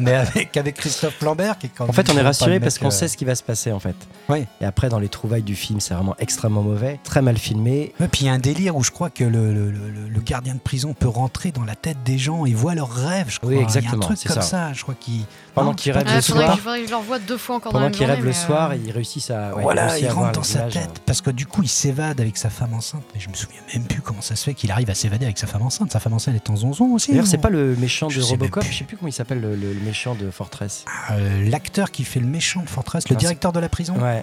Mais avec, avec Christophe Lambert qui est quand En fait, on est rassuré parce qu'on sait sait ce qui va se passer en fait. Oui. Et après, dans les trouvailles du film, c'est vraiment extrêmement mauvais, très mal filmé. Ouais, puis il y a un délire où je crois que le, le- le- le gardien de prison peut rentrer dans la tête des gens et voit leurs rêves. Je crois. Oui, Il y a un exactement, truc c'est comme ça. ça. je crois qu'il. Pendant Non, qu'il je rêve pense Ouais, le que c'est faudrait, pas. que soir, je, faudrait que je le revoie deux fois encore dans pendant la qu'il même rêve le journée, mais, soir, euh, ils réussissent à. ouais, ils voilà, réussissent il à avoir rentre dans leur sa village, tête euh. parce que du coup, il s'évade avec sa femme enceinte. Mais je me souviens même plus comment ça se fait qu'il arrive à s'évader avec sa femme enceinte. Sa femme enceinte est en zonzon aussi. D'ailleurs, non c'est pas le méchant Mmh. Je de sais même Robocop, plus. je sais plus comment il s'appelle le, le- le méchant de Fortress. Euh, l'acteur qui fait le méchant de Fortress, le Non, directeur de la prison, Ouais,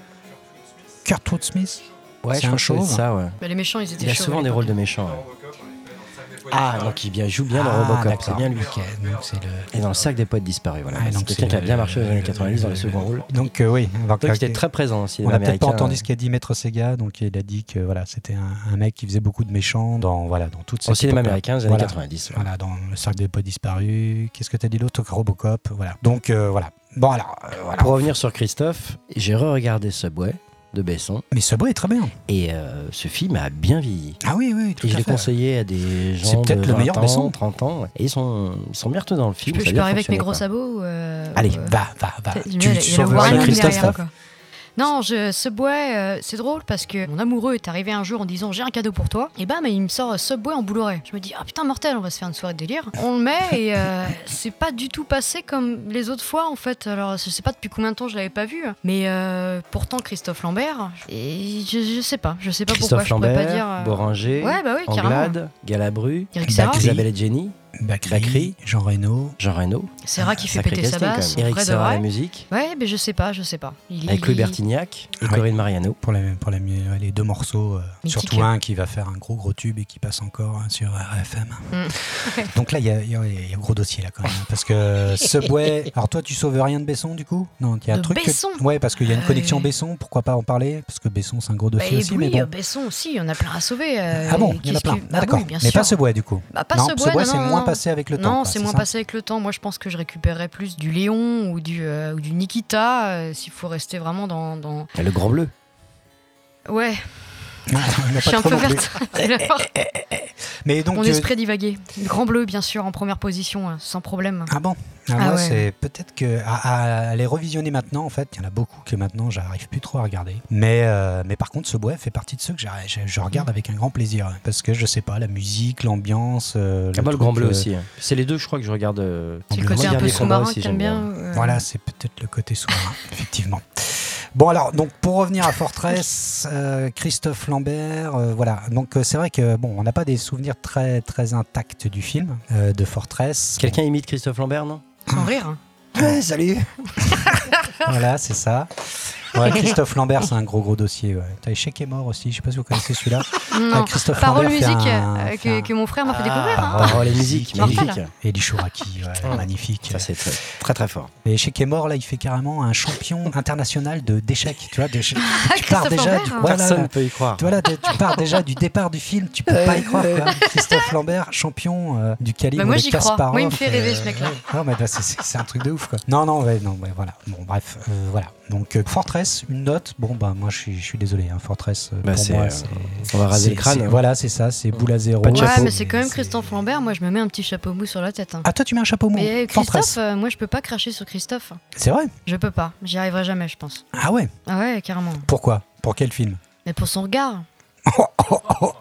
Kurtwood Smith. ouais C'est je un crois que c'est chauve. ça, ouais. bah, les méchants, ils étaient Il a chauds à souvent des l'époque. rôles de méchants. ouais. Ah, donc il bien, joue bien dans Ah, Robocop, d'accord. c'est bien lui. Ok, donc c'est le. Et dans le sac des potes disparus, voilà. Ah, c'est donc quelqu'un c'est qui a le- bien marché dans les années le- 90 dans le le- second rôle. Donc Donc euh, oui, on va il claquer- était très présent aussi. On n'a peut-être pas entendu ce qu'a dit Maître Sega, donc il a dit que voilà, c'était un, un mec qui faisait beaucoup de méchants dans voilà dans toute cette Au cinéma époque-là. américain des années Voilà. 90. ouais. Voilà, dans le cercle des pas disparus. Qu'est-ce que t'as dit l'autre Robocop, voilà. Donc euh, voilà. Bon alors, euh, voilà. Pour revenir sur Christophe, j'ai re-regardé Subway de Besson Mais ce bois est très bien. et euh, ce film a bien vieilli. Ah oui, oui, tout Et je à l'ai fait. conseillé à des C'est gens de peut-être le 20 meilleur ans, Besson. 30 ans. ouais. Et ils sont, ils sont bien retenus dans le Je film. peux, ça a je peux bien arriver avec mes fonctionné, gros quoi. sabots ou, euh, Allez, ou, euh, Va, va, Ah, va. Tu, peut-être- il y a tu le- il y a le sauveras Warren rien. Warhammer Christophe. derrière, quoi. Non, je, Subway, euh, c'est drôle parce que mon amoureux est arrivé un jour en disant j'ai un cadeau pour toi. Et bam, il me sort euh, Subway en bouloret. Je me dis ah putain mortel, on va se faire une soirée de délire. On le met [laughs] et euh, c'est pas du tout passé comme les autres fois en fait. Alors je sais pas depuis combien de temps je l'avais pas vu, mais euh, pourtant Christophe Lambert. Et je, je sais pas, je sais pas Christophe pourquoi je pourrais Lambert, pas dire. euh, Boranger, Ouais bah oui carrément. Anglade, Bah, Galabru, Eric Serra, Bacri. Isabelle et Jenny, Bacri, Bacri. Jean Reno. Jean Reno, Serra Ah, qui fait Sacré péter sa casting, quand basse, même. Eric Fred Serra à la Auray. musique, Ouais, mais je sais pas, je sais pas. Il, avec il- Louis Bertignac et Ouais. Corinne Mariano. Pour, la, pour la, ouais, les deux morceaux, euh, Mythique. surtout un qui va faire un gros gros tube et qui passe encore hein, sur RFM. Mm. [laughs] Donc là, il y, a- il y a il y a un gros dossier là quand même. hein, Parce [laughs] que Subway. Alors toi, tu sauves rien de Besson du coup Non, il y a un De truc. que- Besson Ouais, parce qu'il y a une Ah connexion oui. Besson, pourquoi pas en parler Parce que Besson, c'est un gros Bah, dossier et aussi, oui, mais bon. Besson aussi, il y en a plein à sauver. euh, Ah bon, il y en a qu'est-ce plein. que- Ah, d'accord. oui, bien mais pas sûr. Subway du coup. Bah, pas non, Subway, non, c'est non, moins passé avec le temps. Non, quoi, c'est moins ça passé avec le temps. Moi, je pense que je récupérerais plus du Léon ou du, euh, ou du Nikita, euh, s'il faut rester vraiment dans. dans- Le grand bleu. Ouais, Il y a je pas suis un trop peu non plus. [laughs] Eh, verte. C'est la force. Mais donc, Mon euh, esprit divagué. Grand bleu, bien sûr, en première position, euh, sans problème. Ah bon Ah, Ah moi, ouais. c'est peut-être que à, à les revisionner maintenant, en fait, il y en a beaucoup que maintenant j'arrive plus trop à regarder. Mais euh, mais par contre, ce bois fait partie de ceux que j'arrive- je, je Mm. regarde avec un grand plaisir hein, parce que je sais pas la musique, l'ambiance. euh, Ah, moi, le truc, grand bleu euh, aussi. hein. C'est les deux, je crois, que je regarde. euh, C'est le Moi, côté un peu dernier combat sous-marin aussi, que j'aime t'aimes bien. euh, Voilà, c'est peut-être le côté souverain, [laughs] effectivement. Bon alors, donc pour revenir à Fortress, euh, Christophe Lambert, euh, voilà. Donc euh, c'est vrai que bon, on n'a pas des souvenirs très très intacts du film euh, de Fortress. Quelqu'un imite Christophe Lambert, non Sans rire. Ouais, salut [laughs] Voilà, c'est ça. Ouais, Christophe Lambert, c'est un gros gros dossier. Ouais. T'as Échec est mort aussi, je sais pas si vous connaissez celui-là. Non. Euh, Christophe Parole Lambert fait musique un- euh, fait que, un- que mon frère m'a fait découvrir. hein. Ah, Oh, les magnifique, musiques, magnifique. magnifique. Et du Chouraki, ouais, Ah. magnifique. Ça, c'est très, très, très fort. Et Échec est mort, là, il fait carrément un champion international de d'échecs. Tu vois, d'échecs. tu pars Christophe déjà. Ah, Lambert, Du... hein. voilà, Personne ne peut y croire. tu vois, là, tu tu pars déjà du départ du film, tu peux pas y croire. quoi. Christophe Lambert, champion euh, du calibre Bah, moi, de j'y crois. Kasparov, Moi, il me fait rêver, euh, ce mec-là. ouais. Ah, mais bah, c'est- c'est c'est un truc de ouf quoi. Non non ouais, non ouais, voilà. Bon bref euh, voilà. Donc euh, Fortress une note. Bon bah moi je suis je suis désolé hein, Fortress euh, Bah, pour c'est, moi euh, c'est On va raser c'est- le crâne. c'est- hein. Voilà, c'est ça, c'est boule à zéro. Pas de Ouais, chapeau, mais c'est quand même c'est- Christophe Lambert. Moi, je me mets un petit chapeau mou sur la tête. hein. Ah, toi, tu mets un chapeau mou. Mais Fortress. Christophe, euh, moi, je peux pas cracher sur Christophe. C'est vrai Je peux pas. J'y arriverai jamais, je pense. Ah ouais Ah ouais, carrément. Pourquoi Pour quel film [laughs] Oh, Mais pour son regard. Oh,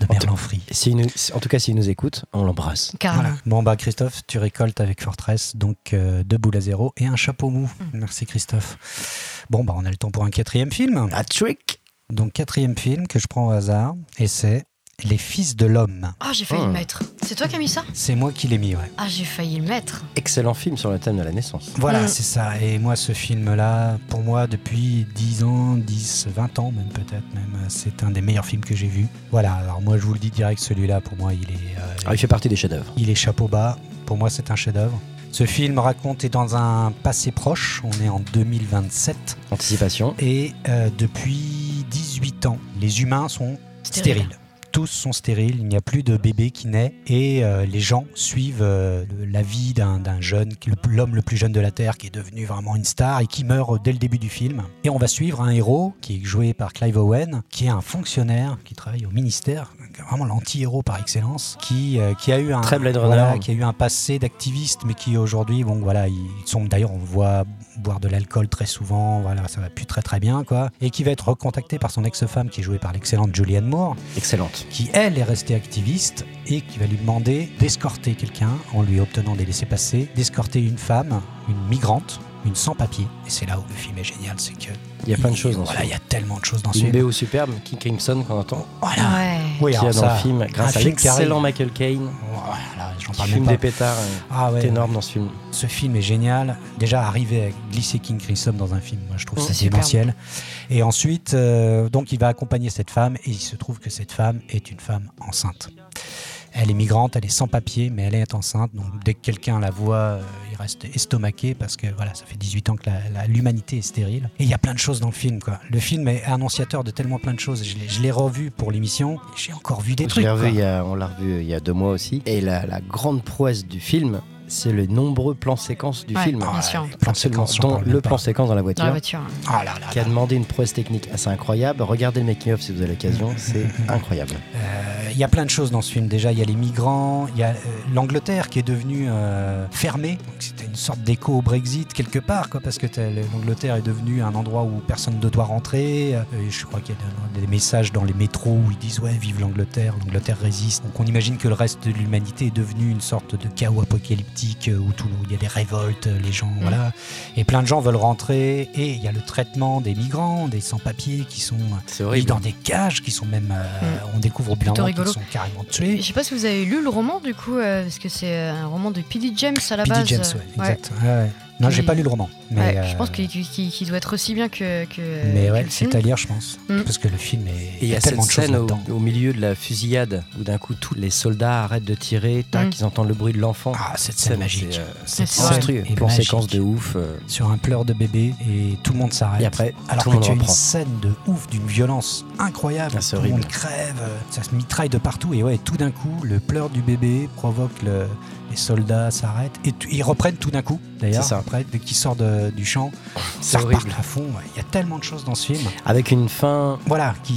De Merlin Free. Et s'il nous- en tout cas, s'il nous écoute, on l'embrasse. Carrément. Voilà. Bon, bah, Christophe, tu récoltes avec Fortress donc euh, deux boules à zéro et un chapeau mou. Merci, Christophe. Bon, bah, on a le temps pour un quatrième film. Un trick Donc, quatrième film que je prends au hasard et c'est Les Fils de l'Homme. Ah, j'ai failli Oh. le mettre. C'est toi qui as mis ça C'est moi qui l'ai mis, ouais. Ah, j'ai failli le mettre. Excellent film sur le thème de la naissance. Voilà, Mm. c'est ça. Et moi, ce film-là, pour moi, depuis 10 ans, 10, 20 ans même peut-être, même, euh, c'est un des meilleurs films que j'ai vu. Voilà, alors moi, je vous le dis direct, celui-là, pour moi, il est, euh, Ah, il fait partie des chefs-d'œuvre. il est chapeau bas. Pour moi, c'est un chef-d'œuvre. Ce film raconte est dans un passé proche, on est en 2027, Anticipation. et euh, depuis 18 ans, les humains sont Stérile. stériles. Tous sont stériles, il n'y a plus de bébé qui naît et euh, les gens suivent euh, le- la vie d'un d'un jeune, qui- le- l'homme le plus jeune de la Terre qui est devenu vraiment une star et qui meurt dès le début du film. Et on va suivre un héros qui est joué par Clive Owen, qui est un fonctionnaire qui travaille au ministère, vraiment l'anti-héros par excellence, qui, euh, qui a eu un Très Blade Runner. voilà, qui a eu un passé d'activiste mais qui aujourd'hui, bon voilà, ils sont d'ailleurs on le voit boire de l'alcool très souvent, voilà, ça va plus très très bien quoi, et qui va être recontacté par son ex-femme qui est jouée par l'excellente Julianne Moore Excellente. qui elle est restée activiste et qui va lui demander d'escorter quelqu'un en lui obtenant des laissés-passer, d'escorter une femme, une migrante, une sans-papier. Et c'est là où le film est génial, c'est que Il y a plein de choses dans ce voilà, il y a tellement de choses dans ce film. Une film. BO superbe, King Crimson qu'on entend, Voilà. Ouais. Oui, qui alors a dans ça, le film, grâce à film qui l'excellent arrive. Michael Caine, Voilà, j'en qui parle même fume pas. des pétards, euh, Ah qui est ouais, énorme dans ce film. ce film est génial. Déjà arriver à glisser King Crimson dans un film, moi je trouve Oh, ça superbe. démentiel. Et ensuite, euh, donc il va accompagner cette femme et il se trouve que cette femme est une femme enceinte. Elle est migrante, elle est sans papier, mais elle est enceinte. Donc dès que quelqu'un la voit, euh, il reste estomaqué parce que voilà, ça fait 18 ans que la- la- l'humanité est stérile. Et il y a plein de choses dans le film. Quoi. Le film est annonciateur de tellement plein de choses. Je l'ai- je l'ai revu pour l'émission. J'ai encore vu des Je trucs. l'ai revu quoi. il y a- on l'a revu il y a deux mois aussi. Et la, la grande prouesse du film, c'est les nombreux plans séquences du Ouais, film. Bien sûr. Plan séquence, Ah, j'en Dont parle même le pas. plan séquence dans la Dans voiture, la voiture. hein. Ah là là qui a demandé une prouesse technique assez incroyable. Regardez le making-of si vous avez [laughs] l'occasion, c'est incroyable. Euh, Il y a plein de choses dans ce film. Déjà, il y a les migrants, il y a euh, l'Angleterre qui est devenue euh, fermée. Donc, C'était une sorte d'écho au Brexit quelque part, quoi, parce que t'as- l'Angleterre est devenue un endroit où personne ne doit rentrer. Euh, et je crois qu'il y a des, des messages dans les métros où ils disent ouais, vive l'Angleterre, l'Angleterre résiste. Donc on imagine que le reste de l'humanité est devenu une sorte de chaos apocalyptique euh, où tout où il y a des révoltes, euh, les gens, voilà. Et plein de gens veulent rentrer. Et il y a le traitement des migrants, des sans-papiers qui sont C'est mis dans des cages qui sont même. euh, On découvre au bout d'un moment qu'ils Mm. Plutôt rigolo. sont carrément Je tués. sais pas si vous avez lu le roman du coup, euh, parce que c'est euh, un roman de P.D. James à la P.D. base. James, euh, ouais, exact. Ouais, ouais. Non, j'ai Qui- pas lu le roman, Ouais, Mais, Je euh, pense qu'il qu'il- qu'il doit être aussi bien que. que mais que ouais, le film. c'est à lire, je pense. Mm. Parce que le film est. Et il y a tellement cette de choses scène au, là-dedans. au milieu de la fusillade où d'un coup tous les soldats arrêtent de tirer, tac, Mm. ils entendent le bruit de l'enfant. Ah, cette scène magique. c'est, euh, Cette c'est scène monstrueux. est Plan magique. séquence de ouf. euh, Sur un pleur de bébé et tout le monde s'arrête. et après, Alors tout que le monde tu as une reprend. scène de ouf, d'une violence incroyable, Ah, c'est tout le monde horrible. crève, euh, ça se mitraille de partout, et ouais, tout d'un coup, le pleur du bébé provoque le- les soldats s'arrêtent, et tu- ils reprennent tout d'un coup, d'ailleurs, C'est ça. après, dès qu'ils sortent de- du champ, C'est ça horrible. repart à fond, ouais. il y a tellement de choses dans ce film, Avec une fin. voilà, qui...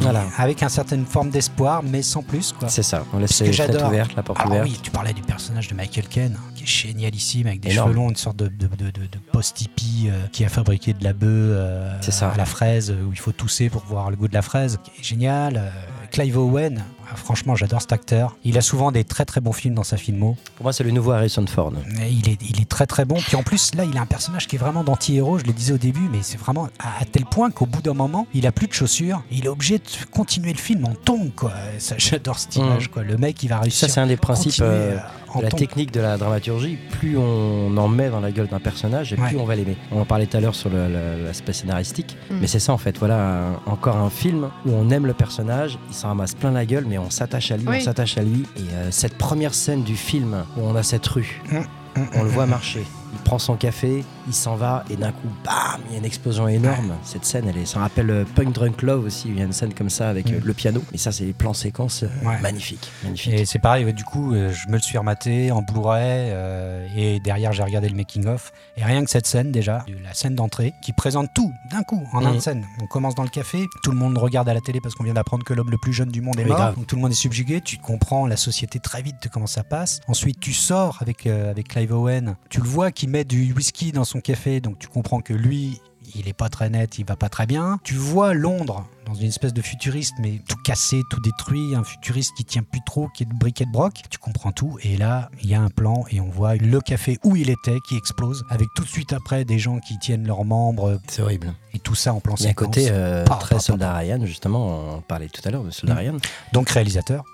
Voilà. avec une certaine forme d'espoir, mais sans plus, quoi. C'est ça, on laisse Parce que les fenêtres j'adore. ouvertes, la porte Alors ouverte. Ah oui, tu parlais du personnage de Michael Ken, hein, qui est génialissime, avec des Énorme. cheveux longs, une sorte de, de, de, de- de post-hippie euh, qui a fabriqué de la bœuf euh, C'est ça. à la fraise, euh, où il faut tousser pour voir le goût de la fraise, qui est génial. Euh, Clive Owen, ah, franchement j'adore cet acteur. Il a souvent des très très bons films dans sa filmo. Pour moi, c'est le nouveau Harrison Ford. Mais Il est, il est très très bon. Puis en plus, là, il a un personnage qui est vraiment d'anti-héros, je le disais au début, mais c'est vraiment à, à tel point qu'au bout d'un moment, il a plus de chaussures. Il est obligé de continuer le film en tongs, quoi. Ça, J'adore cette Mhm. image, quoi. Le mec, il va réussir Ça, c'est un des principes continuer, euh, euh, en de la tongs. technique de la dramaturgie. Plus on en met dans la gueule d'un personnage, et plus Ouais. on va l'aimer. On en parlait tout à l'heure sur le- le- l'aspect scénaristique, Mm. mais c'est ça en fait. Voilà un- encore un film où on aime le personnage, il s'en ramasse plein la gueule, mais on s'attache à lui, Oui. on s'attache à lui. Et euh, cette première scène du film où on a cette rue, Mm, on le voit marcher. Il prend son café, il s'en va et d'un coup, bam, il y a une explosion énorme. Cette scène, elle est, ça rappelle euh, Punk Drunk Love aussi. Il y a une scène comme ça avec euh, Mm. le piano. Et ça, c'est les plans séquences euh, Ouais. magnifiques, magnifiques. Et c'est pareil, ouais, du coup, euh, je me le suis rematé en Blu-ray euh, et derrière j'ai regardé le making-of. Et rien que cette scène déjà, de la scène d'entrée, qui présente tout d'un coup en Mhm. une scène. On commence dans le café, tout le monde regarde à la télé parce qu'on vient d'apprendre que l'homme le plus jeune du monde est Oui, mort. grave. Donc tout le monde est subjugué, tu comprends la société très vite de comment ça passe. Ensuite, tu sors avec, euh, avec Clive Owen, tu le vois qui met du whisky dans son café, donc tu comprends que lui, il est pas très net, il va pas très bien. Tu vois Londres dans une espèce de futuriste, mais tout cassé, tout détruit, un futuriste qui tient plus trop, qui est de briquet de broc. Tu comprends tout, et là, il y a un plan, et on voit le café où il était qui explose, avec tout de suite après des gens qui tiennent leurs membres, C'est horrible. et tout ça en plan Il y a un séquence. côté euh, Pa, pa, très pa, soldat Ryan, justement, on parlait tout à l'heure de soldat Mm. Ryan. Donc réalisateur,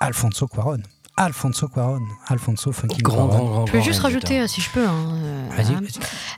Alfonso Cuaron. Alfonso Cuaron, Alfonso Funky Grand, Cuarón. grand, grand. Je peux juste réalisateur. rajouter, euh, si je peux. hein, euh, Vas-y, hein. vas-y.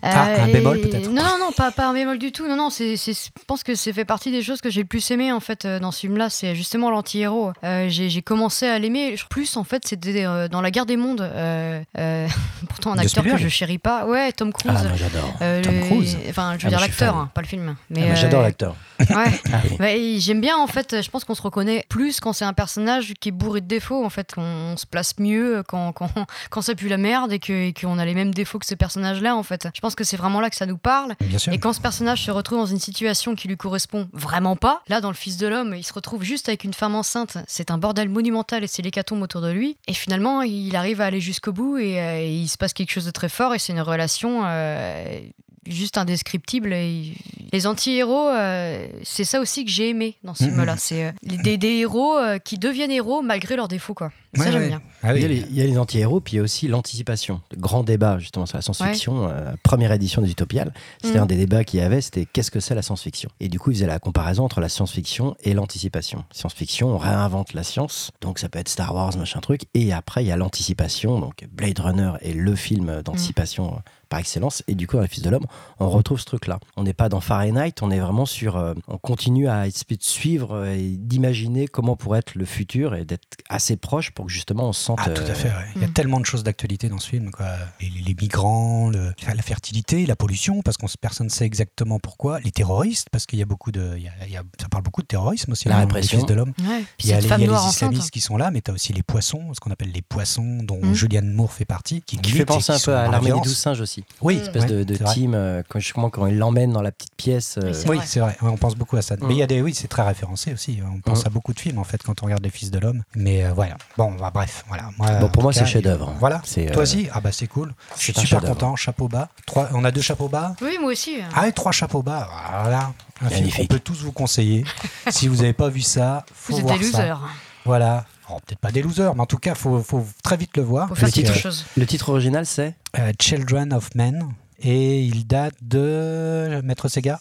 Ah, Euh, un et- bémol, peut-être. Non, non, non, pas, pas un bémol du tout. Non, non, c'est, c'est- je pense que c'est fait partie des choses que j'ai le plus aimé en fait euh, dans ce film-là. C'est justement l'anti-héros. Euh, j'ai, j'ai commencé à l'aimer. Je- Plus en fait, c'était euh, dans La Guerre des Mondes. euh, euh, [laughs] pourtant, un De acteur que Spielberg. je chéris pas. Ouais, Tom Cruise. Ah, moi j'adore. Euh, Tom Cruise. Ah, Enfin, je moi, veux dire je suis l'acteur, fan. hein, pas le film. Ah, Mais moi, J'adore euh, l'acteur. ouais. Ah oui. Bah, et j'aime bien en fait, je pense qu'on se reconnaît plus quand c'est un personnage qui est bourré de défauts en fait, qu'on on se place mieux quand, quand, [laughs] quand ça pue la merde et que- et qu'on a les mêmes défauts que ce personnage là en fait. Je pense que c'est vraiment là que ça nous parle. Bien sûr. Et quand ce personnage se retrouve dans une situation qui lui correspond vraiment pas, là dans le Fils de l'homme, il se retrouve juste avec une femme enceinte, c'est un bordel monumental et c'est l'hécatombe autour de lui. Et finalement, il arrive à aller jusqu'au bout et, euh, et il se passe quelque chose de très fort et c'est une relation euh, juste indescriptible. Et- Les anti-héros, euh, c'est ça aussi que j'ai aimé dans ce Mhm. film-là. C'est euh, les- des, des héros euh, qui deviennent héros malgré leurs défauts, quoi. Ça, Ouais, j'aime ouais. bien. Ah Il y a oui. les, il y a les anti-héros, puis il y a aussi l'anticipation. Le Grand débat, justement, sur la science-fiction. euh, première édition des Utopiales. C'était Mm. un des débats qu'il y avait, c'était qu'est-ce que c'est la science-fiction Et du coup, ils faisaient la comparaison entre la science-fiction et l'anticipation. Science-fiction, on réinvente la science, donc ça peut être Star Wars, machin truc. Et après, il y a l'anticipation, donc Blade Runner est le film d'anticipation euh, par excellence. Et du coup, dans Les Fils de l'Homme, on retrouve ce truc-là. On n'est pas dans Fahrenheit, on est vraiment sur. euh, on continue à essayer de suivre euh, et d'imaginer comment pourrait être le futur et d'être assez proche pour que justement on se sente. Ah, tout euh, à fait. ouais. Il y a Mm. tellement de choses d'actualité dans ce film. Quoi. Les, les- les migrants, le- la fertilité, la pollution, parce qu'on personne ne sait exactement pourquoi. Les terroristes, parce qu'il y a beaucoup de, il y a- il y a- ça parle beaucoup de terrorisme aussi. La là, dans répression. Les Fils de l'homme. Ouais. Puis Il y a les, il cette y a femme les noire islamistes enceinte. qui sont là, mais tu as aussi les poissons, ce qu'on appelle les poissons, dont Mm. Julianne Moore fait partie, qui, Qui fait militent et penser un qui sont peu à dans la l'armée des violence. douze singes aussi. Oui, Mm. Une espèce de, de c'est vrai. team, euh, quand, justement, quand il l'emmène dans la petite pièce. euh, Oui, c'est Oui, vrai. Mm. c'est vrai, Ouais, on pense beaucoup à ça. Mm. Mais il y a des, oui, c'est très référencé aussi. On pense à beaucoup de films en fait quand on regarde Les Fils de l'homme. Mais euh, voilà, bon, bah, bref, voilà. Moi, Bon, pour en moi, tout c'est cas, chef-d'œuvre. Voilà. C'est, Toi euh, aussi Ah bah c'est cool. Je suis c'est un super chef-d'œuvre. content. Chapeau bas. Trois, on a deux chapeaux bas. Oui, moi aussi. Ah et trois chapeaux bas. Voilà. Un film qu'on Magnifique. peut tous vous conseiller. si vous n'avez pas vu [laughs] ça, faut Vous êtes voir des ça. losers. Voilà. Oh, peut-être pas des losers, mais en tout cas, faut, faut très vite le voir. Faut faire Donc, quelque euh, chose. Le titre original, c'est euh, Children of Men. Et il date de Maître Sega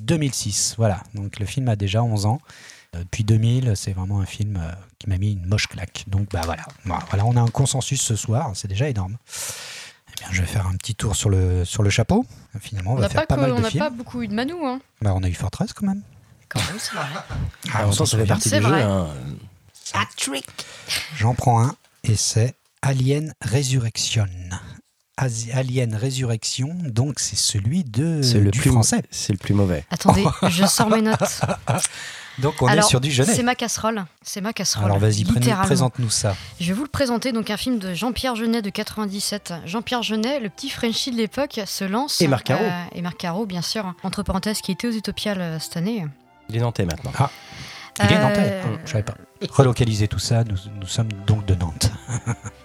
2006. Voilà. Donc le film a déjà 11 ans. Euh, Depuis 2000, c'est vraiment un film euh, qui m'a mis une moche claque. Donc bah voilà. Voilà, voilà, on a un consensus ce soir, c'est déjà énorme. Eh bien, je vais faire un petit tour sur le, sur le chapeau. Finalement, on, On va n'a faire pas, pas, que- mal on de n'a films. pas beaucoup eu de Manu, hein. Bah, on a eu Fortress quand même. Quand même, c'est vrai. Ah, en on même temps, s'en ça souvient. fait Euh, partie C'est du vrai. jeu. hein. J'en prends un et c'est Alien Resurrection. Asi- Alien Resurrection, donc c'est celui de, C'est le du plus français. C'est le plus mauvais. [laughs] Attendez, je sors mes notes. Donc on Alors, est sur du C'est Genet. ma casserole. C'est ma casserole. Alors vas-y, prenne- littéralement. présente-nous ça. Je vais vous le présenter, donc un film de Jean-Pierre Jeunet de 97. Jean-Pierre Jeunet, le petit Frenchie de l'époque, se lance. euh, Et Marc Caro. et Marc Caro, bien sûr. Entre parenthèses, qui était aux Utopiales euh, cette année. Il est nantais maintenant. Il est Euh, nantais. Hum, Je savais pas. Relocaliser tout ça, nous, nous sommes donc de Nantes.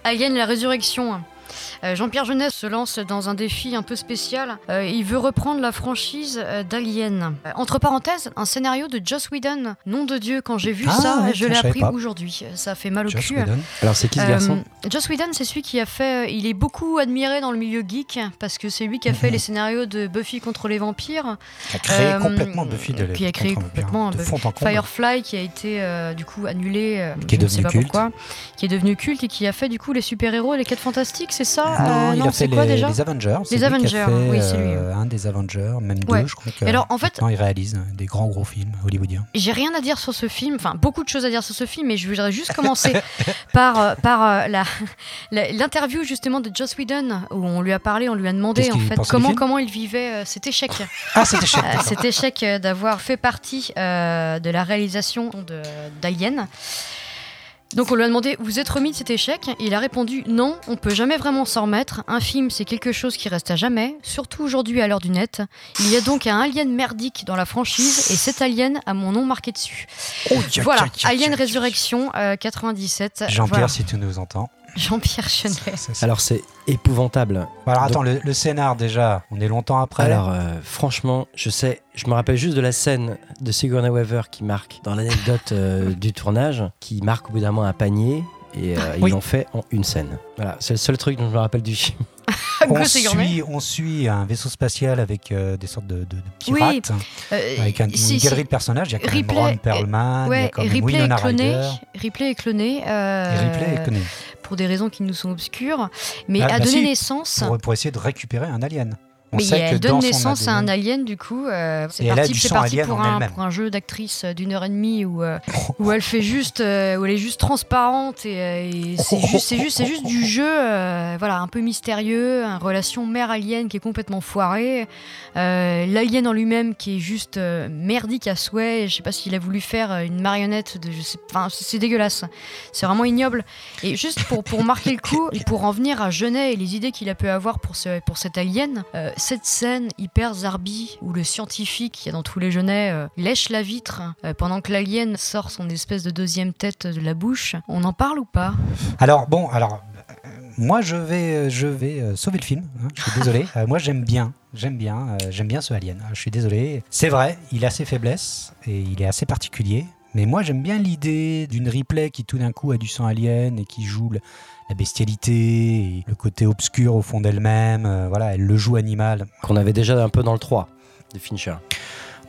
Alien la résurrection. Euh, Jean-Pierre Jeunet se lance dans un défi un peu spécial. Euh, il veut reprendre la franchise euh, d'Alien. Euh, entre parenthèses, un scénario de Joss Whedon. Nom de Dieu, quand j'ai vu Ah, ça, ouais, je tiens, l'ai je savais appris pas. aujourd'hui. Euh, Ça fait mal au Joss cul. Whedon. Alors, c'est qui ce Euh, garçon Joss Whedon, c'est celui qui a fait. euh, Il est beaucoup admiré dans le milieu geek parce que c'est lui qui a fait Mhm. les scénarios de Buffy contre les vampires, Qui a créé Euh, complètement Buffy de qui a créé contre- complètement de Buffy. fond en comble. Firefly qui a été euh, du coup annulé, euh, Qui est je ne sais devenu pas culte. pourquoi, qui est devenu culte et qui a fait du coup les super héros, et les quatre fantastiques, c'est ça Non, Euh, Ah, il a fait c'est quoi les, déjà les Avengers. C'est Les lui qui a Avengers, fait, oui, c'est lui. euh, un des Avengers, même Ouais. deux, je crois. Que Et alors, en fait- maintenant, il réalise hein, des grands gros films hollywoodiens. J'ai rien à dire sur ce film, enfin beaucoup de choses à dire sur ce film, mais je voudrais juste commencer [laughs] par, euh, par euh, la- la- l'interview justement de Joss Whedon où on lui a parlé, on lui a demandé Qu'est-ce en qu'il fait pensait du comment, film comment il vivait euh, cet échec. Ah, c'était chouette. Euh, cet échec euh, d'avoir fait partie euh, de la réalisation de- d'Alien. Donc on lui a demandé vous êtes remis de cet échec Et il a répondu non, on peut jamais vraiment s'en remettre. Un film c'est quelque chose qui reste à jamais, surtout aujourd'hui à l'heure du net. Il y a donc un alien merdique dans la franchise et cet alien a mon nom marqué dessus. Oh, tiens, Euh, voilà, tiens, tiens, Alien tiens. Resurrection euh, 97. Jean-Pierre, Voilà. si tu nous entends. [laughs] Jean-Pierre Chenet. Alors, c'est épouvantable. Alors attends, le, le scénar déjà, on est longtemps après. Alors, euh, franchement, je sais, je me rappelle juste de la scène de Sigourney Weaver qui marque dans l'anecdote euh, du tournage, qui marque au bout d'un moment un panier. Et euh, ils oui. l'ont fait en une scène. Voilà, c'est le seul truc dont je me rappelle du film. [laughs] on, [laughs] Grosse Sigourney. suit, on suit un vaisseau spatial avec euh, des sortes de, de- de Oui, pirates, Euh, avec un- si- une si- galerie de personnages. Il y a quand même Ripley Ron est- Perlman, il y a Ouais, quand et même Ripley est Winona cloné. Ryder. Ripley est cloné. Et euh, Ripley est connu pour des raisons qui nous sont obscures, mais Ah, a bah donné si, naissance. pour, pour essayer de récupérer un alien. On mais sait que elle dans donne son naissance à un ADN, alien du coup. euh, c'est Et elle a parti, du c'est sang parti alien pour en un, elle-même. Oh. pour un jeu d'actrice d'une heure et demie [laughs] où, euh, où elle fait juste, euh, où elle est juste transparente et, euh, et c'est Oh. juste, c'est juste, c'est juste du jeu, euh, voilà, un peu mystérieux, une relation mère alien qui est complètement foirée, euh, l'alien en lui-même qui est juste euh, merdique à souhait. Je sais pas s'il a voulu faire euh, une marionnette de, je sais, enfin, c'est c'est dégueulasse. C'est vraiment ignoble. Et juste pour, pour marquer le [laughs] coup, et pour en venir à Genet et les idées qu'il a pu avoir pour, ce, pour cet alien, euh, cette scène hyper zarbi où le scientifique qu'il y a dans tous les Genets euh, lèche la vitre euh, pendant que l'alien sort son espèce de deuxième tête de la bouche, on en parle ou pas [laughs] Alors bon, alors euh, moi je vais, euh, je vais euh, sauver le film. hein, je suis désolé. Euh, moi j'aime bien, j'aime bien, euh, j'aime bien ce Alien. hein, je suis désolé. C'est vrai, il a ses faiblesses et il est assez particulier. Mais moi j'aime bien l'idée d'une replay qui tout d'un coup a du sang alien et qui joue le- la bestialité, et le côté obscur au fond d'elle-même. euh, voilà, elle le joue animal. Qu'on avait déjà un peu dans le 3 de Fincher.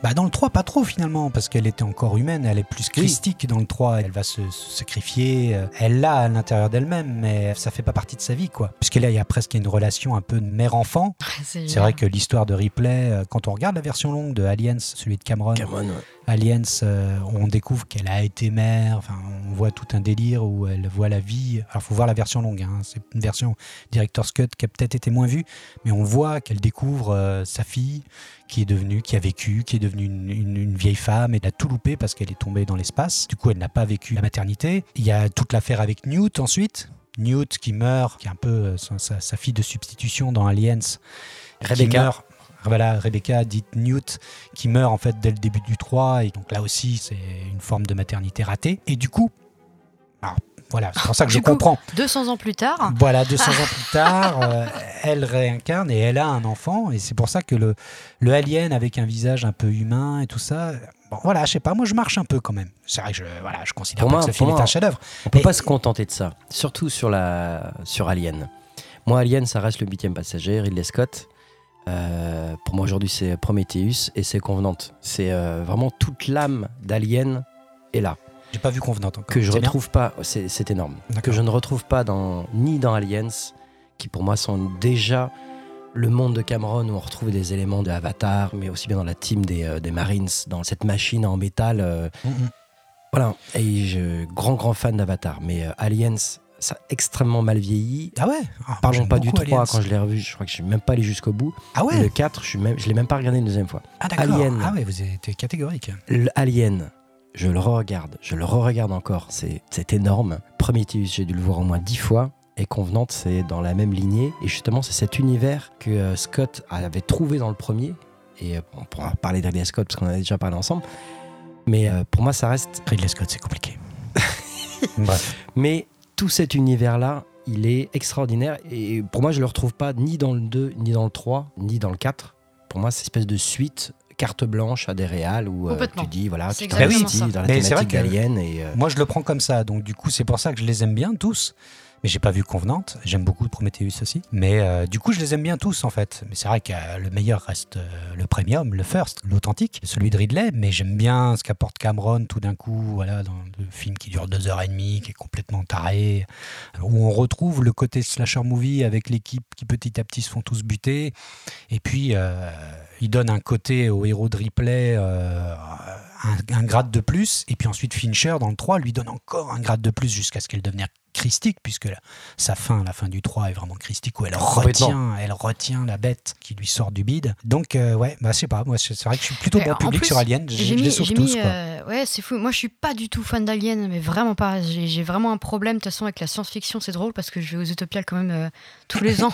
Bah dans le 3, pas trop finalement, parce qu'elle était encore humaine, elle est plus christique dans le 3, elle va se, se sacrifier, euh, elle l'a à l'intérieur d'elle-même, mais ça fait pas partie de sa vie, quoi. Puisque là, il y a presque une relation un peu de mère-enfant. C'est vrai que l'histoire de Ripley, euh, quand on regarde la version longue de Aliens, celui de Cameron, Cameron, ouais. Aliens, euh, on découvre qu'elle a été mère, enfin, on voit tout un délire où elle voit la vie. Alors, faut voir la version longue, hein. c'est une version Director's Cut qui a peut-être été moins vue, mais on voit qu'elle découvre euh, sa fille qui est devenue, qui a vécu, qui est devenue une, une- une vieille femme et elle a tout loupé parce qu'elle est tombée dans l'espace. Du coup, elle n'a pas vécu la maternité. Il y a toute l'affaire avec Newt ensuite. Newt qui meurt, qui est un peu euh, sa- sa- sa fille de substitution dans Aliens, qui Rebecca. meurt. Voilà, Rebecca, dite Newt, qui meurt en fait dès le début du 3. Et donc là aussi, c'est une forme de maternité ratée. Et du coup, alors, voilà, c'est pour ça que je Du coup. ah. comprends. 200 ans plus tard, Voilà, [laughs] 200 ans plus tard, euh, elle réincarne et elle a un enfant. Et c'est pour ça que le, le alien avec un visage un peu humain et tout ça. Bon, voilà, je sais pas, moi je marche un peu quand même. C'est vrai que je, voilà, je considère Pour pas moi- que ce film est pour moi- un chef-d'œuvre. On peut Mais- pas se contenter de ça, surtout sur, la, sur Alien. Moi, Alien, ça reste le huitième passager, Ridley Scott. Euh, pour moi, aujourd'hui, c'est Prometheus et c'est Convenante. C'est euh, vraiment toute l'âme d'Alien est là, J'ai pas vu Convenant encore. que je C'est bien retrouve pas, c'est c'est énorme, D'accord. que je ne retrouve pas dans, ni dans Aliens, qui pour moi sont déjà le monde de Cameron où on retrouve des éléments de Avatar, mais aussi bien dans la team des, euh, des Marines, dans cette machine en métal. euh, Mhm. voilà, et je grand grand fan d'Avatar, mais euh, Aliens, ça a extrêmement mal vieilli. Ah ouais Ah, Parlons j'aime pas du beaucoup 3 Aliens. quand je l'ai revu, je crois que je suis même pas allé jusqu'au bout. Ah Et ouais Le 4, je suis même, je l'ai même pas regardé une deuxième fois. Ah d'accord. Alien. Ah ouais, vous étiez catégorique. L- Alien, je le re-regarde, je le re-regarde encore, c'est c'est énorme. Premier Prometheus, j'ai dû le voir au moins dix fois. Et Convenante, c'est dans la même lignée. Et justement, c'est cet univers que euh, Scott avait trouvé dans le premier. Et euh, on pourra parler de Ridley Scott parce qu'on en a déjà parlé ensemble. Mais euh, pour moi, ça reste. Ridley Scott, c'est compliqué. Bref. Mais tout cet univers-là, il est extraordinaire. Et pour moi, je le retrouve pas ni dans le 2, ni dans le 3, ni dans le 4. Pour moi, c'est une espèce de suite carte blanche à des réals où euh, Complètement. tu dis, voilà, C'est tu exactement t'investis ça. dans la Mais c'est vrai thématique que- d'Alien. Et, euh, Moi, je le prends comme ça. Donc, du coup, c'est pour ça que je les aime bien tous. Mais j'ai pas vu Convenante. J'aime beaucoup Prometheus aussi. Mais euh, du coup, je les aime bien tous, en fait. Mais c'est vrai que euh, le meilleur reste euh, le premium, le first, l'authentique, celui de Ridley. Mais j'aime bien ce qu'apporte Cameron tout d'un coup, voilà, dans le film qui dure deux heures et demie, qui est complètement taré, où on retrouve le côté slasher movie avec l'équipe qui petit à petit se font tous buter. Et puis, euh, il donne un côté au héros de replay, euh, un, un grade de plus. Et puis ensuite, Fincher, dans le 3, lui donne encore un grade de plus jusqu'à ce qu'elle devienne christique, puisque la- sa fin, la fin du 3, est vraiment christique, où elle Complètement. retient, elle retient la bête qui lui sort du bide. Donc, euh, ouais, bah, je sais pas, moi, c'est c'est vrai que je suis plutôt Et bon Euh, en public plus, sur Alien, je, je J'ai mis, les sauve j'ai tous. mis, quoi. euh, ouais, c'est fou. Moi, je suis pas du tout fan d'Alien, mais vraiment pas. J'ai j'ai vraiment un problème de toute façon avec la science-fiction. C'est drôle parce que je vais aux Utopiales quand même euh, tous les [laughs] ans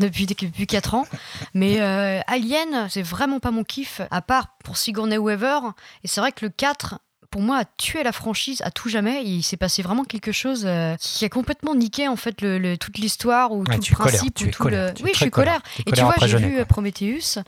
depuis depuis quatre ans. Mais euh, Alien, c'est vraiment pas mon kiff. À part pour Sigourney Weaver, et c'est vrai que le 4 pour moi, a tué la franchise à tout jamais. Il s'est passé vraiment quelque chose euh, qui a complètement niqué en fait le, le- toute l'histoire ou Ouais, tout tu le es colère, principe tu ou es tout colère, le. tu es Oui, je très suis colère. colère. Tu es Et tu colère vois, après j'ai Jeunet, vu euh, quoi. Prometheus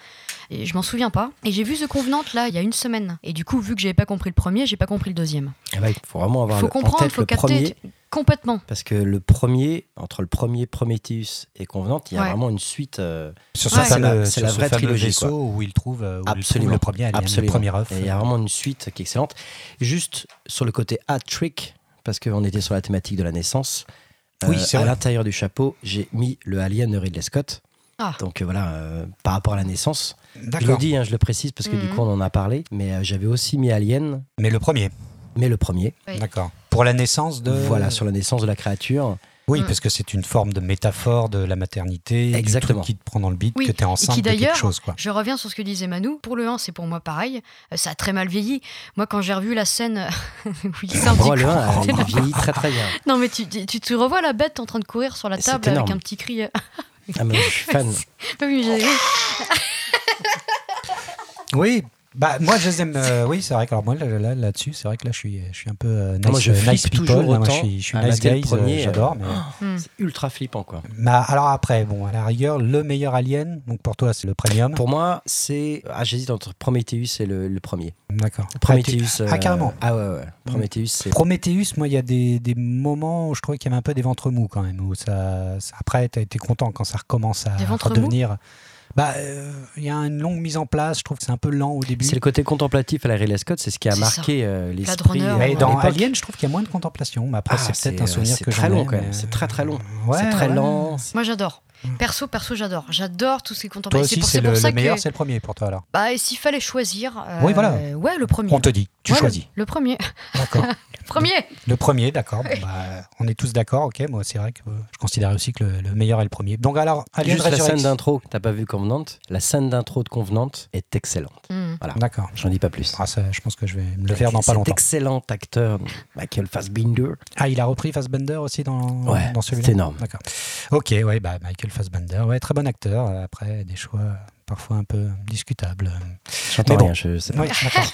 et je m'en souviens pas. Et j'ai vu The Convenant là, il y a une semaine. Et du coup, vu que j'avais pas compris le premier, j'ai pas compris le deuxième. Mm. Eh ben, il faut vraiment avoir faut le- en comprendre, tête faut le capter premier. tu- complètement. Parce que le premier, entre le premier Prometheus et Convenante, il y a Ouais. vraiment une suite. euh, Sur Ouais. ce fameux, C'est la- c'est sur la ce vraie fameux trilogie, vaisseau quoi. où il trouve, euh, où il trouve Absolument. le premier Alien, le Absolument. premier œuf. et il y a vraiment une suite qui est excellente. Juste sur le côté hat-trick, parce qu'on était sur la thématique de la naissance. Oui, c'est Euh, à vrai. l'intérieur du chapeau, j'ai mis le Alien de Ridley Scott. Ah. Donc euh, voilà, euh, par rapport à la naissance. Je le D'accord. dis, hein, je le précise parce que du Mhm. coup on en a parlé, mais euh, j'avais aussi mis Alien, Mais le premier, mais le premier. Oui. d'accord. Pour la naissance de. Voilà, sur la naissance de la créature. Oui, Mm. parce que c'est une forme de métaphore de la maternité, Exactement. du truc qui te prend dans le bide, Oui, que t'es enceinte qui, de quelque d'ailleurs, chose, quoi. Je reviens sur ce que disait Manu. Pour le 1, c'est pour moi pareil. Euh, Ça a très mal vieilli. Moi, quand j'ai revu la scène euh, [laughs] où il sort du Pour le corps- un, elle vieillit très très bien. Non, mais tu, tu, tu te revois la bête en train de courir sur la C'est table avec énorme. un petit cri. euh, Ah, mais je suis fan. [laughs] Oui, j'ai- oui. Oui. Bah, moi, je les aime. euh, oui, c'est vrai que alors, moi, là- là- là-dessus, c'est vrai que là, je suis, je suis un peu euh, nice, moi, je euh, flippe nice people. toujours Là, moi, je autant suis, je suis à nice mater le guys, euh, premier, euh, j'adore. mais- Hmm. C'est ultra flippant quoi. Bah, alors après, bon, à la rigueur, le meilleur alien, donc pour toi, c'est le premium. Pour moi, c'est. Ah, j'hésite entre Prometheus et le, le premier. D'accord. Prometheus. Ah, carrément. Ah ouais, ouais. Prometheus, c'est. Prometheus, moi, il y a des, des moments où je trouvais qu'il y avait un peu des ventres mous quand même. Où ça, ça- après, tu as été content quand ça recommence à Des ventres redevenir. Bah, euh, il y a une longue mise en place. Je trouve que c'est un peu lent au début. C'est le côté contemplatif à la Ridley Scott, c'est ce qui a C'est marqué euh, l'esprit. Runner, euh, Mais à dans l'époque. Alien, je trouve qu'il y a moins de contemplation. Mais après, Ah, c'est peut-être c'est, un souvenir euh, que c'est j'en très long, ai, quand même. mais, C'est euh, très, très long. Ouais, c'est très ouais. lent. c'est- Moi, j'adore. Perso, perso, j'adore. J'adore tout ce qui est Toi contemporain. aussi, pour- c'est le, pour ça le meilleur, que- c'est le premier pour toi alors. Bah, et s'il fallait choisir. euh, Oui, voilà. Ouais, le premier. On te dit, tu Ouais, le- [laughs] choisis. Le, premier. D'accord. Le premier Le premier, d'accord. Bon, bah, on est tous d'accord, ok. Moi, c'est vrai que euh, je considère aussi que le, le meilleur est le premier. Donc alors, Alien Juste la scène Resurrection. d'intro, t'as pas vu Convenante La scène d'intro de Convenante est excellente. Hmm. D'accord. J'en dis pas plus. Ah, ça, je pense que je vais me le faire dans pas Cet longtemps. excellent acteur, Michael Fassbinder. Ah, il a repris Fassbender aussi dans, Ouais, dans c'est celui-là énorme. D'accord. Ok, ouais, bah, Michael Fassbender, ouais, très bon acteur. Euh, Après, des choix euh, parfois un peu discutables. J'entends Mais bon. rien, je sais pas. Oui, [laughs] d'accord.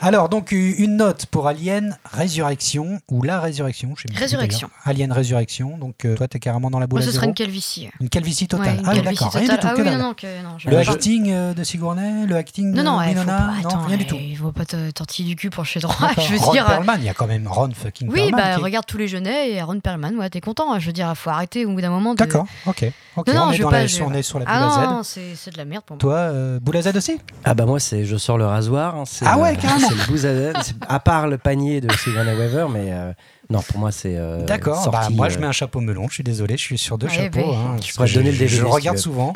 Alors, donc, u- une note pour Alien Résurrection, ou La Résurrection, je sais plus Résurrection. d'ailleurs. Alien Résurrection, donc euh, toi, t'es carrément dans la boule Moi, à ce serait zéro. une calvitie. Une calvitie Ouais, totale. une ah, oui, calvicie d'accord, rien du totale. tout, ah que oui, dalle. non, non, que, non, je- Le je- acting euh, de Sigourney, le acting Non, non, de ouais, faut Winona, pas- non, attends, rien du eh, tout. Il faut pas te tortiller du cul pour chez droit. [laughs] Je veux Ron dire. euh, Perlman, il y a quand même Ron fucking Oui, Perlman. bah qui est- regarde tous les jeunets et Aaron Perlman, ouais, t'es content. hein, Je veux dire, faut arrêter au bout d'un moment. de- D'accord, ok. ok. Mmh. Non, non, on, est je dans veux la- pas, je- on est sur la boule Ah à Z. non, non, c'est c'est de la merde pour moi. Toi, euh, boule à Z aussi Ah bah moi, c'est- c'est je sors le rasoir. hein, c'est, Ah ouais, euh, carrément. c'est le Booz Allen. C'est- À part le panier de Sylvana Weaver, mais euh, non, pour moi, c'est. euh, D'accord, bah, sorti, moi euh, je mets un chapeau melon, je suis désolé, je suis sur deux Eh chapeaux. ben. hein, parce Tu pourrais que te je- donner le DVD, Je si le tu regarde veux. souvent.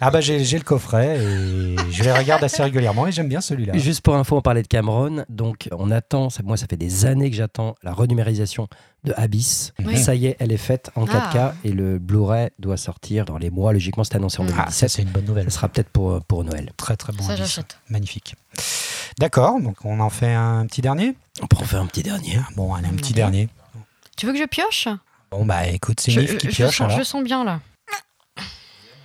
Ah bah j'ai j'ai le coffret et je les regarde assez régulièrement et j'aime bien celui-là. Juste pour info, on parlait de Cameron. Donc, on attend, ça, moi, ça fait des années que j'attends la renumérisation de Abyss. Oui. Ça y est, elle est faite en Ah. 4K et le Blu-ray doit sortir dans les mois. Logiquement, c'est annoncé en Ah, 2017. Ah ça c'est une bonne nouvelle, Ça sera peut-être pour, euh, pour Noël. très très bon. Ça, indice. j'achète. Magnifique. D'accord, donc on en fait un petit dernier. On peut en faire un petit dernier. Bon, allez, un On petit en fait un. dernier. Tu veux que je pioche Bon bah écoute, c'est je, Mif qui je pioche hein. sens, alors. je sens bien là.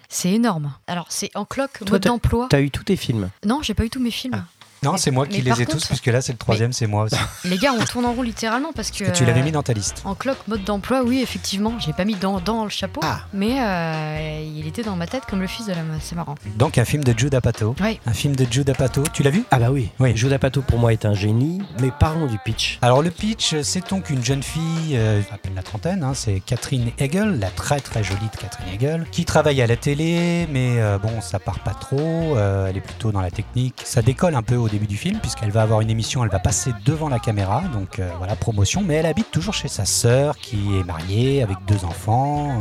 C'est énorme. Alors, c'est en cloque, mode t'as- d'emploi. T'as eu tous tes films. Non, j'ai pas eu tous mes Ah. films. Non, c'est moi qui Mais les par ai contre- tous, puisque là c'est le troisième, c'est moi aussi. Les gars, on tourne en rond littéralement parce que. Que tu l'avais mis euh, dans ta liste. En cloque, mode d'emploi, oui, effectivement. J'ai pas mis dans, dans le chapeau, Ah. mais euh, il était dans ma tête comme le fils de l'homme. C'est marrant. Donc un film de Jude Apatow. Oui. Un film de Jude Apatow, tu l'as vu Ah bah oui. Oui. Jude Apatow pour moi est un génie. Mais parlons du pitch. Alors le pitch, euh, c'est donc une jeune fille, euh, à peine la trentaine, hein, c'est Catherine Hegel, la très très jolie de Catherine Hegel, qui travaille à la télé, mais euh, bon, ça part pas trop, euh, elle est plutôt dans la technique. Ça décolle un peu au début du film, puisqu'elle va avoir une émission, elle va passer devant la caméra, donc euh, voilà, promotion, mais elle habite toujours chez sa sœur, qui est mariée, avec deux enfants. euh,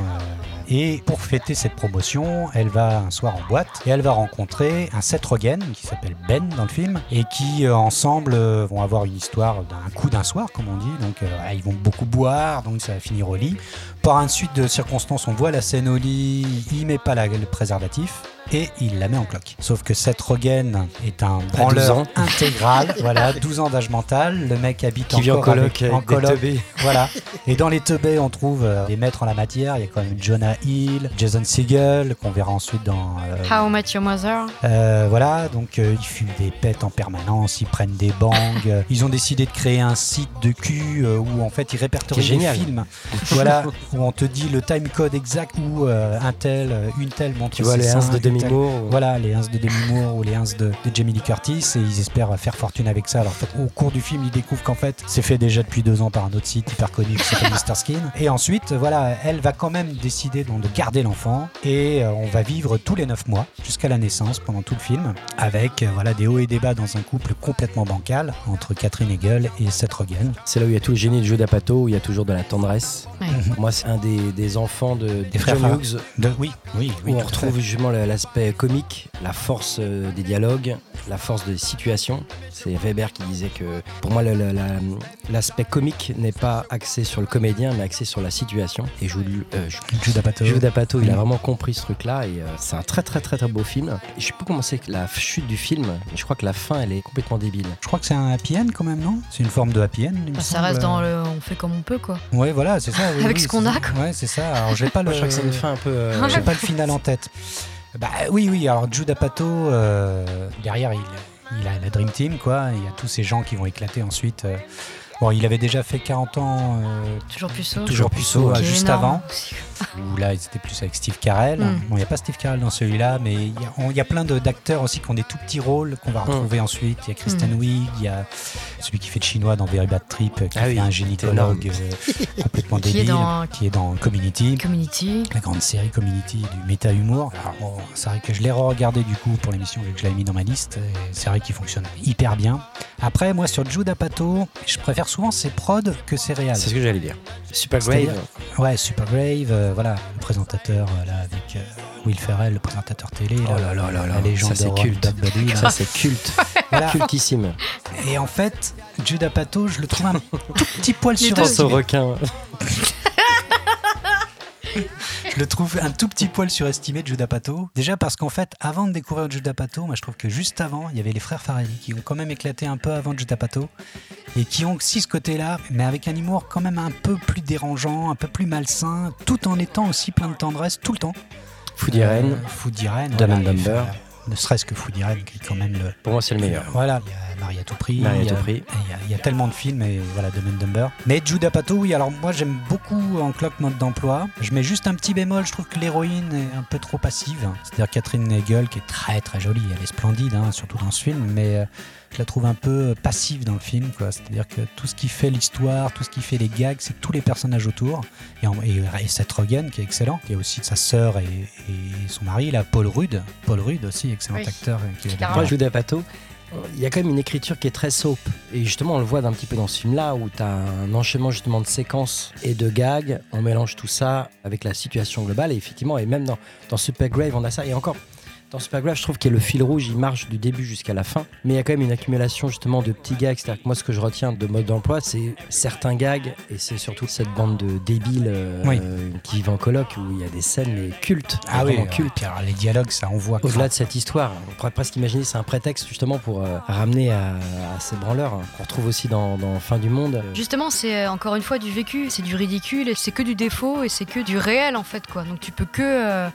et pour fêter cette promotion, elle va un soir en boîte et elle va rencontrer un Seth Rogen qui s'appelle Ben dans le film et qui euh, ensemble euh, vont avoir une histoire d'un coup d'un soir comme on dit. Donc euh, voilà, ils vont beaucoup boire, donc ça va finir au lit. Par une suite de circonstances, on voit la scène au lit, il met pas la- le préservatif. Et il la met en cloque. Sauf que Seth Rogen est un 12 branleur ans. intégral, voilà, 12 ans d'âge mental, le mec habite Qui vit en encore coloc avec- en avec des coloc [laughs] teubés. voilà. Et dans les teubés, on trouve euh, des maîtres en la matière. Il y a quand même Jonah Hill, Jason Segel, qu'on verra ensuite dans. euh, How I Met Your Mother. euh, voilà, donc euh, ils fument des pets en permanence, ils prennent des bangs. Euh, ils ont décidé de créer un site de cul euh, où en fait ils répertorient Qui est les génial. films. [laughs] voilà, où on te dit le time code exact où euh, un tel, euh, une telle montre Tu vois ses les Ins seins, de une telle- demi-mour. voilà, les ins de Demi Moore ou les ins de, de Jamie Lee Curtis, et ils espèrent faire fortune avec ça. Alors, en fait, au cours du film, ils découvrent qu'en fait, c'est fait déjà depuis deux ans par un autre site hyper connu qui s'appelle Mr. Skin. Et ensuite, voilà, elle va quand même décider donc, de garder l'enfant, et euh, on va vivre tous les neuf mois, jusqu'à la naissance, pendant tout le film, avec euh, voilà, des hauts et des bas dans un couple complètement bancal entre Catherine Hegel et Seth Rogen. C'est là où il y a tout le génie de Jude Apatow, où il y a toujours de la tendresse. Ouais. Mhm. Pour moi, c'est un des, Mhm. des enfants de, de frères John Farrar. Hughes, De, oui, oui, oui. où on tout à fait. retrouve justement le- l'aspect comique, la force euh, des dialogues, la force des situations. C'est Weber qui disait que pour moi le- le- la- l'aspect comique n'est pas axé sur le comédien mais axé sur la situation. Et Jude, euh, Ju- Jude Apatow. Jude Apatow, il a Mm. vraiment compris ce truc-là et euh, c'est un très très très très beau film. Et je sais plus comment c'est que la chute du film, mais je crois que la fin elle est complètement débile. Je crois que c'est un happy end quand même, non C'est une forme de happy end. il me Bah, ça semble. reste dans le. On fait comme on peut, quoi. Ouais, voilà, c'est ça. oui, Avec oui, ce qu'on c'est a, ça. quoi. Ouais, c'est ça. Alors, j'ai pas le. Moi, je crois que c'est une fin un peu. [laughs] euh, [laughs] J'ai pas le final en tête. Bah oui, oui. Alors, Jude Apatow, euh, derrière, il, il a la Dream Team, quoi. Il y a tous ces gens qui vont éclater ensuite. euh. Bon, il avait déjà fait 40 ans. euh, Toujours plus saut. Toujours puceau, euh, Qui est juste énorme avant. aussi. où là, ils étaient plus avec Steve Carell. Mm. Bon, il n'y a pas Steve Carell dans celui-là, mais il y a- on- il y, a plein de- d'acteurs aussi qui ont des tout petits rôles qu'on va Mm. retrouver ensuite. Il y a Kristen Mm. Wiig, il y a celui qui fait le chinois dans Very Bad Trip, qui Ah fait oui, un c'est gynécologue [laughs] euh, complètement Qui est débile, dans- qui est dans Community. Community. La grande série Community du méta-humour. Alors, bon, c'est vrai que je l'ai regardé du coup pour l'émission vu que je l'avais mis dans ma liste. et C'est vrai qu'il fonctionne hyper bien. Après, moi sur Jude Apatow, je préfère souvent ses prods que ses réals. C'est ce que j'allais dire. Super C'est-à-dire- Grave. Ouais, Super Brave, euh, voilà, le présentateur euh, là avec euh, Will Ferrell, le présentateur télé, Oh là, là là là là, la légende ça, de c'est Ron culte. Burgundy, là. Ça c'est culte, Voilà. [laughs] cultissime. Et en fait, Jude Apatow, je le trouve un tout petit poil Les deux. Pense au surestimé. requin. Je le trouve un tout petit poil surestimé de Jude Apatow. Déjà parce qu'en fait, avant de découvrir Jude Apatow, moi je trouve que juste avant, il y avait les frères Farrelly qui ont quand même éclaté un peu avant Jude Apatow et qui ont aussi ce côté-là, mais avec un humour quand même un peu plus dérangeant, un peu plus malsain, tout en étant aussi plein de tendresse tout le temps. Fou d'Irène. Euh, Food Irene, Dumb voilà, and et Dumber. faire, euh, Ne serait-ce que Food Irene, qui est quand même le. Pour moi, c'est le meilleur. Voilà, il y a Marie à tout prix. Marie à il y a- tout prix. Il y, a, il y a tellement de films et voilà, Dumb and Dumber. Mais Judah Apatow, oui, alors moi j'aime beaucoup en cloque mode d'emploi. Je mets juste un petit bémol, je trouve que l'héroïne est un peu trop passive. C'est-à-dire Catherine Nagel, qui est très très jolie, elle est splendide, hein, surtout dans ce film, mais euh, je la trouve un peu euh, passive dans le film. quoi. C'est-à-dire que tout ce qui fait l'histoire, tout ce qui fait les gags, c'est tous les personnages autour. Et, en, et, et Seth Rogen, qui est excellent. Il y a aussi sa sœur et, et son mari, là, Paul Rudd. Paul Rudd aussi, excellent Oui. acteur. euh, qui est- Clairement. Moi, je Judas Pato, il y a quand même une écriture qui est très soap. Et justement, on le voit d'un petit peu dans ce film-là, où tu as un enchaînement justement de séquences et de gags. On mélange tout ça avec la situation globale. Et effectivement, et même dans, dans Supergrave, on a ça. Et encore, dans Supergrave, je trouve qu'il y a le fil rouge, il marche du début jusqu'à la fin. Mais il y a quand même une accumulation justement de petits gags. C'est-à-dire que moi, ce que je retiens de mode d'emploi, c'est certains gags. Et c'est surtout cette bande de débiles euh, Oui. qui vivent en coloc, où il y a des scènes mais cultes. Ah oui, vraiment euh, cultes. puis alors, les dialogues, ça on voit. Au-delà de cette histoire, on pourrait presque imaginer que c'est un prétexte justement pour euh, ramener à, à ces branleurs hein, qu'on retrouve aussi dans, dans Fin du Monde. Justement, c'est euh, encore une fois du vécu, c'est du ridicule, et c'est que du défaut, et c'est que du réel en fait, quoi. Donc tu peux que. euh,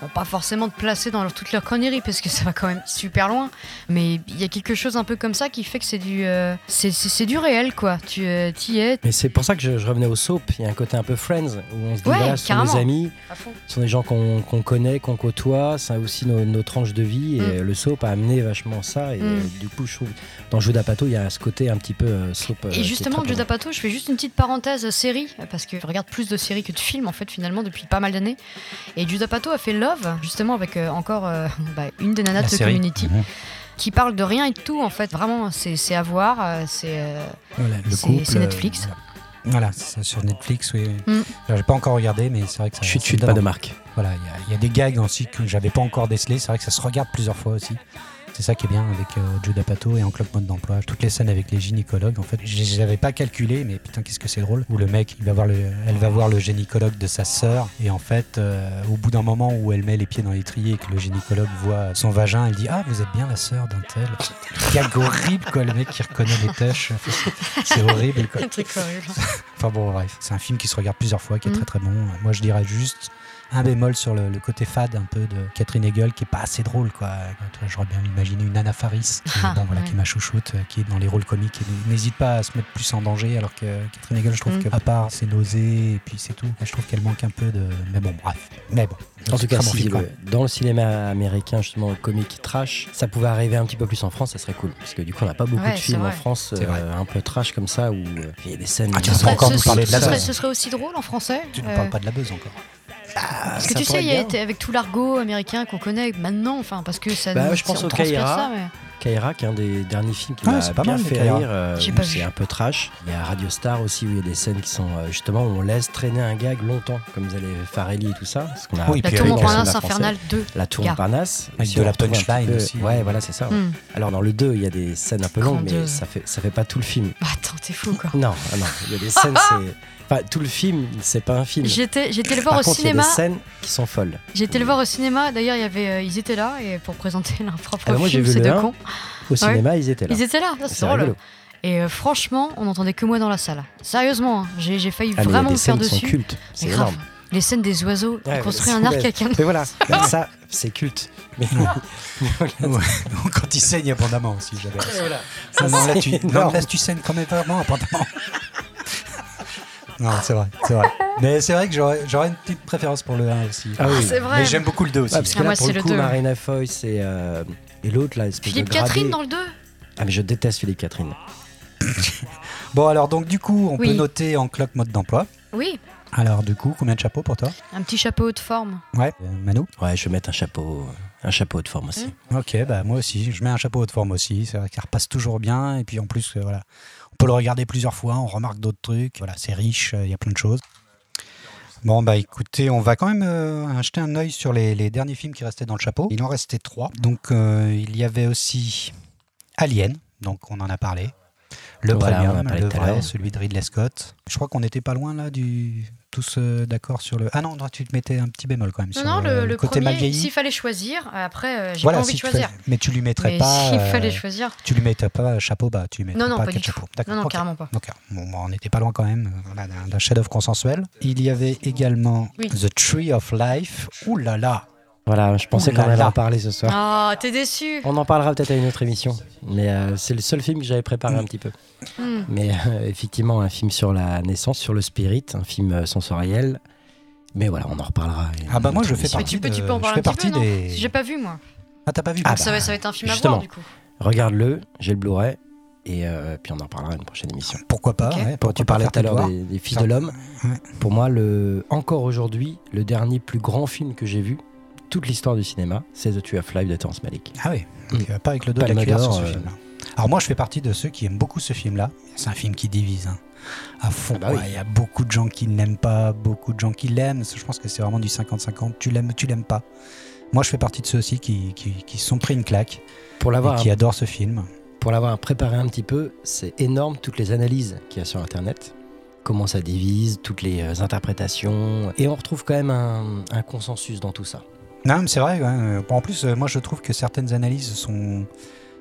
bon, pas forcément te placer dans leur- toute leur connerie, parce que ça va quand même super loin, mais il y a quelque chose un peu comme ça qui fait que c'est du, euh, c'est- c'est c'est du réel, quoi. Tu euh, t'y es Mais c'est pour ça que je, je revenais au soap, il y a un côté un peu friends, où on se dit Ouais, voilà, ce sont nos carrément. amis, à fond. Euh, ce sont des gens qu'on qu'on connaît, qu'on côtoie, c'est aussi nos, nos tranches de vie, et Mm. euh, le soap a amené vachement ça, et Mm. euh, du coup je trouve, dans Judas Pato, il y a ce côté un petit peu euh, soap. euh, qui Et est justement, très Judah Pato, je fais juste une petite parenthèse euh, série, parce que je regarde plus de séries que de films, en fait, finalement, depuis pas mal d'années. Et Judah Pato a fait Love, justement, avec euh, encore euh, [laughs] bah, une des nanas de Community, Mhm. qui parle de rien et de tout, en fait. Vraiment, c'est c'est à voir, euh, c'est. euh, Voilà, le C'est- couple, c'est Netflix. euh, voilà, c'est ça, sur Netflix, oui. oui. Mm. Alors, J'ai pas encore regardé, mais c'est vrai que ça. Chut, ça chut, donne pas de envie. marque. Voilà, il y a- il y, a des gags aussi que j'avais pas encore décelés. C'est vrai que ça se regarde plusieurs fois aussi. C'est ça qui est bien avec euh, Jude Apatow et en cloque mode d'emploi. Toutes les scènes avec les gynécologues, en fait, je les avais pas calculé, mais putain, qu'est-ce que c'est drôle. Où le mec, il va voir le, elle va voir le gynécologue de sa sœur, et en fait, euh, au bout d'un moment où elle met les pieds dans l'étrier et que le gynécologue voit son vagin, elle dit Ah, vous êtes bien la sœur d'un tel. Gag horrible, quoi, le mec qui reconnaît les tâches. C'est horrible, quoi. Un truc horrible. Enfin bon, bref, c'est un film qui se regarde plusieurs fois, qui est Mhm. très très bon. Moi, je dirais juste un bémol sur le, le côté fade un peu de Catherine Hegel, qui est pas assez drôle, quoi. Tu vois, J'aurais bien imaginé une Anna Faris, qui, Ah, bon, voilà, ouais. qui ma chouchoute, euh, qui est dans les rôles comiques et n'hésite pas à se mettre plus en danger, alors que Catherine Hegel, je trouve Mhm. que à part ses nausées et puis c'est tout, je trouve qu'elle manque un peu de. Mais bon, bref. Mais bon. En tout cas, Très bon si film, le- quoi. dans le cinéma américain, justement, le comique trash, ça pouvait arriver un petit peu plus en France, ça serait cool. Parce que du coup, on n'a pas beaucoup Ouais, de c'est films en vrai. France C'est euh, vrai. un peu trash comme ça où euh, il y a des scènes. Ah, [laughs] tu où- vas pas encore nous parler de la ce, serait, base. ce serait aussi drôle en français. Tu ne euh, parles pas de la buzz encore. parce ça que tu pourrait sais, être il y a bien. été avec tout l'argot américain qu'on connaît maintenant, enfin, parce que ça. Bah, nous- je pense on au transpire Kaira. ça, mais- Kaira, qui est un des derniers films qui Ah, m'a c'est pas bien mal, fait Kaira. rire. euh, J'ai où pas vu. c'est un peu trash. Il y a Radio Star aussi où il y a des scènes qui sont euh, justement où on laisse traîner un gag longtemps, comme vous allez Farelli et tout ça. Parce qu'on a Oui, La puis avec dans le tour cinéma Montparnasse français, infernale 2. La tour Gare. Montparnasse. Avec Si de on la retrouve un petit punchline peu- aussi. Ouais, voilà, c'est ça. Hmm. Alors dans le 2, il y a des scènes un peu longues, mais Grandiose. ça fait, ça fait pas tout le film. Bah, Attends, t'es fou, quoi. Non, ah non, il y a [laughs] des scènes, c'est. Enfin, tout le film, c'est pas un film. J'étais j'étais le voir Par au contre, il y a des cinéma. scènes qui sont folles. J'ai été le voir au cinéma, d'ailleurs il y avait, euh, ils étaient là et pour présenter [laughs] leur propre Ah bah moi, j'ai film, vu ces le deux un. cons. Au cinéma, ils étaient là. Ah, Ils étaient là, ça, c'est C'est drôle. rigolo. Et euh, franchement, on n'entendait que moi dans la salle. Sérieusement, hein, j'ai j'ai failli Ah, mais il y a vraiment des me faire scènes qui sont dessus. cultes. C'est Mais grave. énorme. Les scènes des oiseaux, Ouais, ils ouais, construisent c'est un arc balèze. avec un Mais [laughs] voilà, ça, c'est culte. Mais [laughs] Quand il saigne abondamment aussi, j'avais. voilà. Non, non, là, Ah, c'est tu, non, énorme. là, tu saignes quand même vraiment apparemment. non, c'est vrai, c'est vrai. Mais c'est vrai que j'aurais j'aurais une petite préférence pour le 1 aussi. Ah oui. C'est vrai. Mais j'aime beaucoup le 2 aussi. Ouais, parce que Ah, là, moi, pour c'est le le coup, deux. Marina Foyce et, euh, et l'autre, là, espèce Philippe de gradé. Catherine dans le 2 Ah, mais je déteste Philippe Catherine. Bon, alors, donc, du coup, on Oui. peut noter en cloque mode d'emploi. Oui, Alors, du coup, combien de chapeaux pour toi un petit chapeau de forme. Ouais. Euh, Manu Ouais, je vais mettre un chapeau, un chapeau de forme aussi. Ok, bah, moi aussi. Je mets un chapeau haute forme aussi. C'est vrai qu'il repasse toujours bien. Et puis, en plus, euh, voilà. On peut le regarder plusieurs fois. On remarque d'autres trucs. Voilà, c'est riche. euh, Il y a plein de choses. Bon, bah écoutez, on va quand même euh, jeter un œil sur les, les derniers films qui restaient dans le chapeau. Il en restait trois. Donc, euh, il y avait aussi Alien, donc on en a parlé. Le Voilà, on en a Premium, parlé le tout à l'heure. vrai, celui de Ridley Scott. Je crois qu'on n'était pas loin là du. Tous euh, d'accord sur le. Ah non, toi, tu te mettais un petit bémol quand même. sur non, non, euh, le, le côté mal premier, vieilli. s'il fallait choisir, après euh, j'ai voilà, pas envie si de tu choisir. fais- mais tu lui mettrais Mais pas. s'il euh, fallait choisir, tu lui mettrais pas chapeau, bah tu lui mettrais non, non, pas, quatre du tout. chapeaux. D'accord, Non, non, ok. carrément pas. Donc, bon, bon, on n'était pas loin quand même euh, voilà, d'un d'un chef-d'œuvre consensuel. Il y avait également Oui. The Tree of Life. Ouh là là Voilà, je pensais Ouh là qu'on allait là. en parler ce soir. Ah, t'es déçu On en parlera peut-être à une autre émission, mais euh, c'est le seul film que j'avais préparé un petit peu. Hmm. Mais euh, effectivement, un film sur la naissance, sur le spirit, un film euh, sensoriel. Mais voilà, on en reparlera. à une Ah bah moi autre je fais émission. Mais partie tu peux- de- tu peux en je parler fais un partie petit peu, non des J'ai pas vu moi. Ah t'as pas vu Ah bah. ça, va, ça va être un film justement. à voir du coup. Regarde-le, j'ai le Blu-ray, et euh, puis on en reparlera à une prochaine émission. pourquoi pas Ok. ouais, Pour, pourquoi tu Ah, pas parlais faire tout à l'heure voir. des, des Fils Ça- de l'Homme. Ouais. Pour moi, le, encore aujourd'hui, le dernier plus grand film que j'ai vu, toute l'histoire du cinéma, c'est The Two of Life de Terrence Malick. Ah oui, donc, euh, pas avec le dos de Mm. Palme la cuillère sur d'or, ce euh. film-là. Alors moi, je fais partie de ceux qui aiment beaucoup ce film-là. C'est un film qui divise hein, à fond. Ah bah quoi. oui. Il y a beaucoup de gens qui ne l'aiment pas, beaucoup de gens qui l'aiment. Je pense que c'est vraiment du 50-50. Tu l'aimes, tu l'aimes pas. Moi, je fais partie de ceux aussi qui, qui, qui se sont pris une claque Pour l'avoir et qui adorent ce film. pour l'avoir préparé un petit peu, c'est énorme toutes les analyses qu'il y a sur Internet, comment ça divise, toutes les euh, interprétations, et on retrouve quand même un, un consensus dans tout ça. Non, mais c'est vrai. ouais. Euh, En plus, euh, moi, je trouve que certaines analyses sont.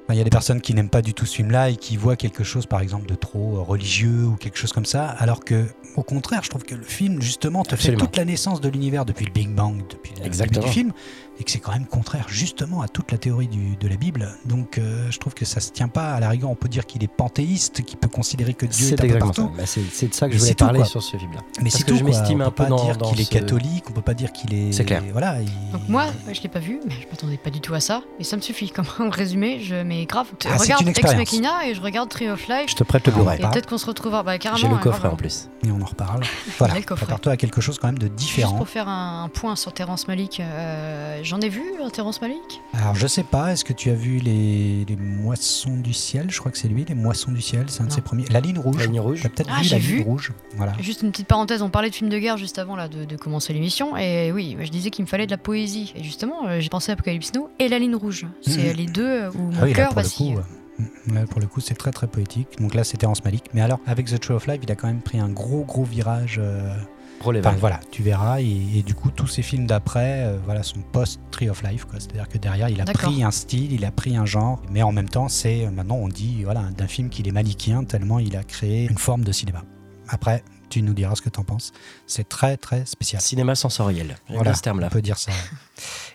Enfin, Il y a des personnes qui n'aiment pas du tout ce film-là et qui voient quelque chose, par exemple, de trop euh, religieux ou quelque chose comme ça, alors que, au contraire, je trouve que le film, justement, te Absolument. fait toute la naissance de l'univers depuis le Big Bang, depuis le début Exactement. du film, et que c'est quand même contraire, justement, à toute la théorie du- de la Bible. Donc, euh, je trouve que ça se tient pas. À la rigueur, on peut dire qu'il est panthéiste, qu'il peut considérer que Dieu est, un peu partout. ça. Bah, c'est, c'est de ça que Mais je voulais c'est tout, parler quoi. sur ce film-là. Mais Parce c'est que tout. je quoi. m'estime on un peut peu pas dans- dire dans qu'il est ce- catholique, on peut pas dire qu'il est. C'est clair. Voilà. il- Donc moi, je l'ai pas vu, mais je m'attendais pas du tout à ça. Et ça me suffit comme [laughs] résumé, je... mais grave. Ah, c'est regarde une Ex expérience. Machina et je regarde Tree of Life. Je te prête le Ah, on Blu-ray. en Et parle. peut-être qu'on se retrouvera. Bah, carrément, J'ai le hein, coffret grave. en plus. et on en reparle. [laughs] Voilà, Il y a le coffret. prépare-toi à quelque chose quand même de Juste différent. pour faire un, un point sur Terrence Malick, euh, j'en ai vu un Terrence Malick Alors je sais pas, est-ce que tu as vu les, les Moissons du ciel Je crois que c'est lui, les Moissons du ciel, c'est un de Non. ses premiers. La ligne rouge. La ligne rouge. T'as peut-être Ah, vu j'ai la vu. ligne rouge. Voilà. Juste une petite parenthèse, on parlait de films de guerre juste avant là de, de commencer l'émission, et oui, je disais qu'il me fallait de la poésie. Et justement, euh, j'ai pensé à Apocalypse Now et La Ligne Rouge. C'est Mhm. les deux euh, où mon Ah oui, là, cœur pour le vacille. coup. euh, mm, là, pour le coup, c'est très très poétique. Donc là, c'est Terrence Malick. Mais alors, avec The Tree of Life, il a quand même pris un gros gros virage. euh, Relève. Enfin voilà, tu verras. Et, et du coup, tous ses films d'après euh, voilà, sont post-Tree of Life. quoi. C'est-à-dire que derrière, il a D'accord. pris un style, il a pris un genre. Mais en même temps, c'est euh, maintenant, on dit voilà, d'un film qu'il est manichéen, tellement il a créé une forme de cinéma. Après, tu nous diras ce que t'en penses. C'est très, très spécial. Cinéma sensoriel. J'aime Voilà. bien ce terme-là. On peut [laughs] dire ça.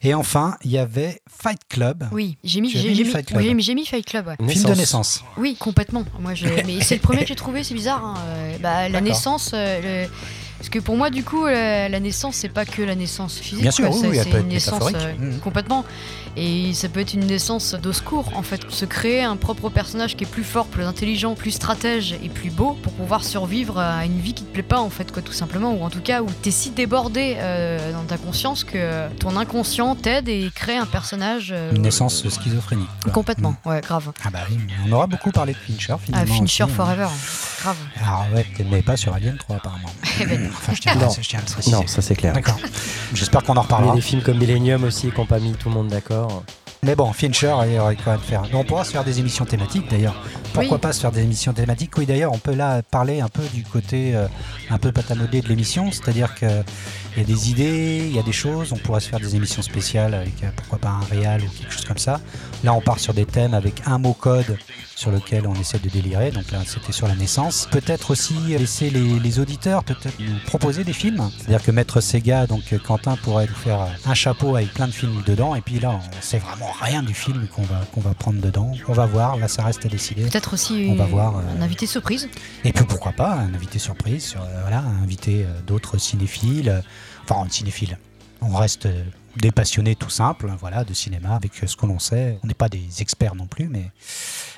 et enfin, il y avait Fight Club. Oui, j'ai mis, Tu as j'ai mis j'ai mis, Fight Club. oui, j'ai mis- j'ai mis Fight Club. ouais. Film de naissance. Oui, complètement. Moi, je... mais c'est le premier que j'ai trouvé, c'est bizarre. hein. Euh, bah, la D'accord. naissance, euh, le- parce que pour moi, du coup, euh, la, la naissance, c'est pas que la naissance physique. Bien sûr, quoi. oui, C'est- oui, elle c'est peut être une naissance euh, métaphorique. Mhm. complètement. Et ça peut être une naissance de secours, en fait, se créer un propre personnage qui est plus fort, plus intelligent, plus stratège et plus beau pour pouvoir survivre à une vie qui te plaît pas, en fait, quoi, tout simplement, ou en tout cas où t'es si débordé euh, dans ta conscience que ton inconscient t'aide et crée un personnage. euh, Une naissance schizophrénique. quoi. Complètement, ouais, grave. Ah bah oui, on aura beaucoup parlé de Fincher finalement. Ah, Fincher aussi, hein. Forever, grave. Alors ouais, peut-être mais pas sur Alien 3 apparemment. [laughs] Eh ben. enfin, je tiens, Non. je tiens à le préciser. Non, ça c'est clair. D'accord. J'espère qu'on en Mais reparlera. des films comme Millennium aussi, qui n'ont pas mis tout le monde d'accord. Mais bon, Fincher, il aurait quand même faire. On pourra se faire des émissions thématiques d'ailleurs. Pourquoi Oui. pas se faire des émissions thématiques Oui, d'ailleurs, on peut là parler un peu du côté euh, un peu patamodé de l'émission, c'est-à-dire que il y a des idées, il y a des choses. On pourrait se faire des émissions spéciales avec euh, pourquoi pas un réal ou quelque chose comme ça. Là, on part sur des thèmes avec un mot code sur lequel on essaie de délirer. Donc là, c'était sur la naissance. Peut-être aussi laisser les, les auditeurs peut-être nous proposer des films. C'est-à-dire que Maître Sega, donc euh, Quentin, pourrait nous faire euh, un chapeau avec plein de films dedans. Et puis là, on sait vraiment rien du film qu'on va, qu'on va prendre dedans. On va voir. Là, ça reste à décider. Peut-être aussi On va une- voir, euh, un invité surprise. Et puis pourquoi pas un invité surprise, sur, euh, voilà, inviter euh, d'autres cinéphiles, euh, enfin cinéphiles. On reste euh, des passionnés tout simples, voilà, de cinéma avec euh, ce que l'on sait. On n'est pas des experts non plus, mais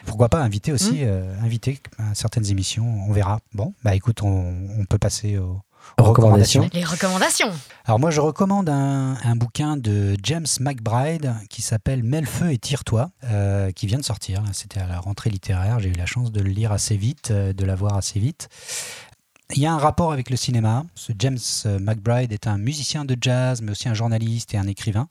pourquoi pas inviter aussi, Mm. euh, inviter à certaines émissions, on verra. Bon, bah écoute, on, on peut passer aux aux Recommandations. recommandations. Les recommandations. Alors moi, je recommande un, un bouquin de James McBride qui s'appelle Mets le feu et tire-toi, euh, qui vient de sortir. là. C'était à la rentrée littéraire. J'ai eu la chance de le lire assez vite, euh, de l'avoir assez vite. Il y a un rapport avec le cinéma. Ce James euh, McBride est un musicien de jazz, mais aussi un journaliste et un écrivain.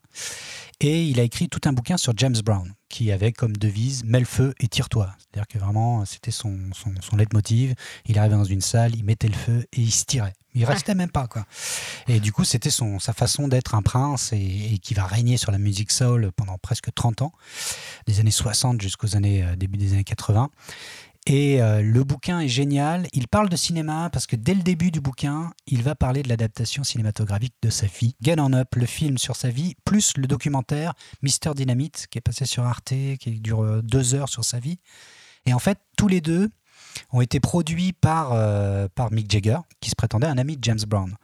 Et il a écrit tout un bouquin sur James Brown, qui avait comme devise Mets le feu et tire-toi. C'est-à-dire que vraiment, c'était son, son, son leitmotiv. Il arrivait dans une salle, il mettait le feu et il se tirait. Il restait même pas, quoi. Et du coup, c'était son, sa façon d'être un prince et, et qui va régner sur la musique soul pendant presque 30 ans, des années 60 jusqu'aux années euh, début des années 80. Et euh, le bouquin est génial. Il parle de cinéma parce que dès le début du bouquin, il va parler de l'adaptation cinématographique de sa vie. Get on Up, le film sur sa vie, plus le documentaire Mister Dynamite, qui est passé sur Arte, qui dure euh, deux heures sur sa vie. Et en fait, tous les deux ont été produits par, euh, par Mick Jagger, qui se prétendait un ami de James Brown.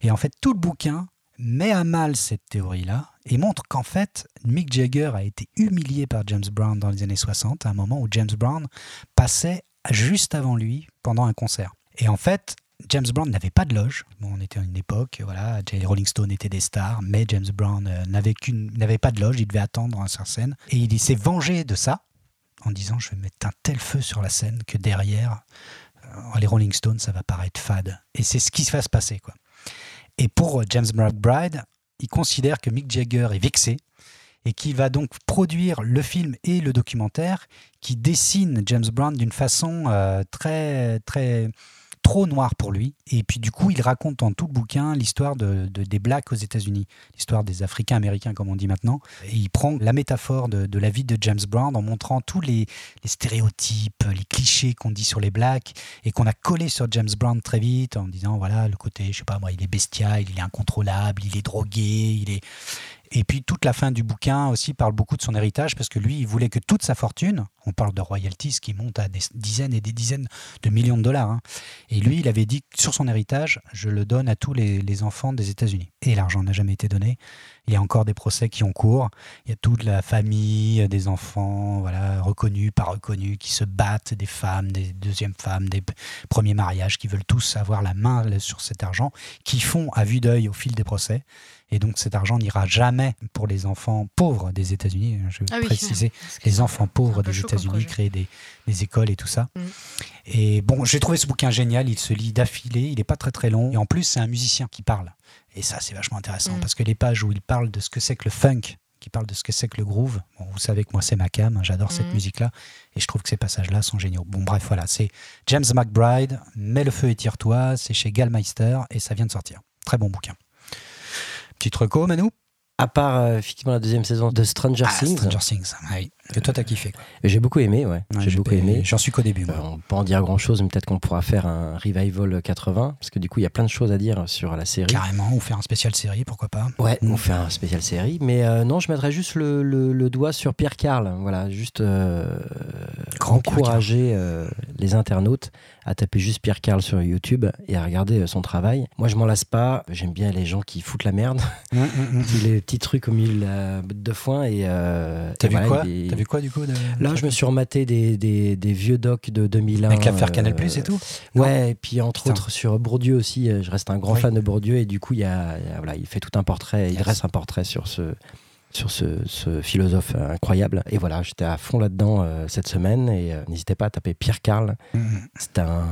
Et en fait, tout le bouquin met à mal cette théorie-là et montre qu'en fait, Mick Jagger a été humilié par James Brown dans les années 60, à un moment où James Brown passait juste avant lui pendant un concert. Et en fait, James Brown n'avait pas de loge. Bon, on était à une époque, voilà, les Rolling Stones étaient des stars, mais James Brown euh, n'avait, qu'une, n'avait pas de loge, il devait attendre un sur scène. Et il s'est vengé de ça en disant Je vais mettre un tel feu sur la scène que derrière, euh, les Rolling Stones, ça va paraître fade. Et c'est ce qui se va se passer, quoi. Et pour euh, James McBride, il considère que Mick Jagger est vexé et qu'il va donc produire le film et le documentaire qui dessine James Brown d'une façon euh, très, très, trop noire pour lui. Et puis du coup, il raconte dans tout le bouquin l'histoire de, de- des Blacks aux États-Unis, l'histoire des Africains-Américains, comme on dit maintenant. Et il prend la métaphore de, de la vie de James Brown en montrant tous les, les stéréotypes, les clichés qu'on dit sur les Blacks et qu'on a collé sur James Brown très vite en disant, voilà, le côté, je sais pas moi, il est bestial, il est incontrôlable, il est drogué, il est... Et puis toute la fin du bouquin aussi parle beaucoup de son héritage parce que lui, il voulait que toute sa fortune, on parle de royalties qui montent à des dizaines et des dizaines de millions de dollars, hein. et lui, il avait dit que sur son héritage, je le donne à tous les, les enfants des États-Unis. Et l'argent n'a jamais été donné. Il y a encore des procès qui ont cours. Il y a toute la famille des enfants, voilà, reconnus, pas reconnus, qui se battent, des femmes, des deuxièmes femmes, des p- premiers mariages, qui veulent tous avoir la main là, sur cet argent, qui font à vue d'œil au fil des procès. Et donc cet argent n'ira jamais pour les enfants pauvres des États-Unis. hein, Je vais Ah oui. préciser, les enfants pauvres un peu des chaud comme États-Unis projet. créer des, des écoles et tout ça. Mhm. Et bon, j'ai trouvé ce bouquin génial. Il se lit d'affilée. Il n'est pas très très long. Et en plus, c'est un musicien qui parle. Et ça, c'est vachement intéressant Mhm. parce que les pages où il parle de ce que c'est que le funk, qui parle de ce que c'est que le groove. Bon, vous savez que moi, c'est ma cam. hein, J'adore cette Mhm. musique-là. Et je trouve que ces passages-là sont géniaux. Bon, bref, voilà. C'est James McBride, Mets le feu et tire-toi. C'est chez Gallmeister et ça vient de sortir. Très bon bouquin. Petite reco, Manu À part euh, effectivement la deuxième saison de Stranger Ah, Things, Stranger Things, ah oui. Que toi, t'as kiffé. quoi. j'ai beaucoup aimé, ouais. Ouais, j'ai beaucoup aimé. J'en suis qu'au début. moi. Euh, on peut pas en dire grand chose, mais peut-être qu'on pourra faire un revival 80, parce que du coup, il y a plein de choses à dire sur la série. Carrément, ou faire un spécial série, pourquoi pas. Ouais, Mm. on fait un spécial série, mais euh, non, je mettrais juste le, le- le doigt sur Pierre Carl. Voilà, juste euh, Grand Pierre encourager euh, les internautes à taper juste Pierre Carl sur YouTube et à regarder euh, son travail. Moi, je m'en lasse pas. J'aime bien les gens qui foutent la merde, [laughs] qui les petits trucs au milieu de la botte de foin et. euh, T'as et vu voilà, quoi il est- T'as vu quoi du coup de- Là, je me suis rematé des, des- des vieux docs de 2001. Avec l'affaire euh, Canal Plus et tout Ouais, et puis entre Ah. Putain. autres sur Bourdieu aussi, euh, je reste un grand Oui. fan de Bourdieu et du coup, il, y a, il y a- voilà, il fait tout un portrait, il Yes. dresse un portrait sur ce, sur ce, ce philosophe euh, incroyable. Et voilà, j'étais à fond là-dedans euh, cette semaine et euh, n'hésitez pas à taper Pierre Carl, Mhm. c'est un,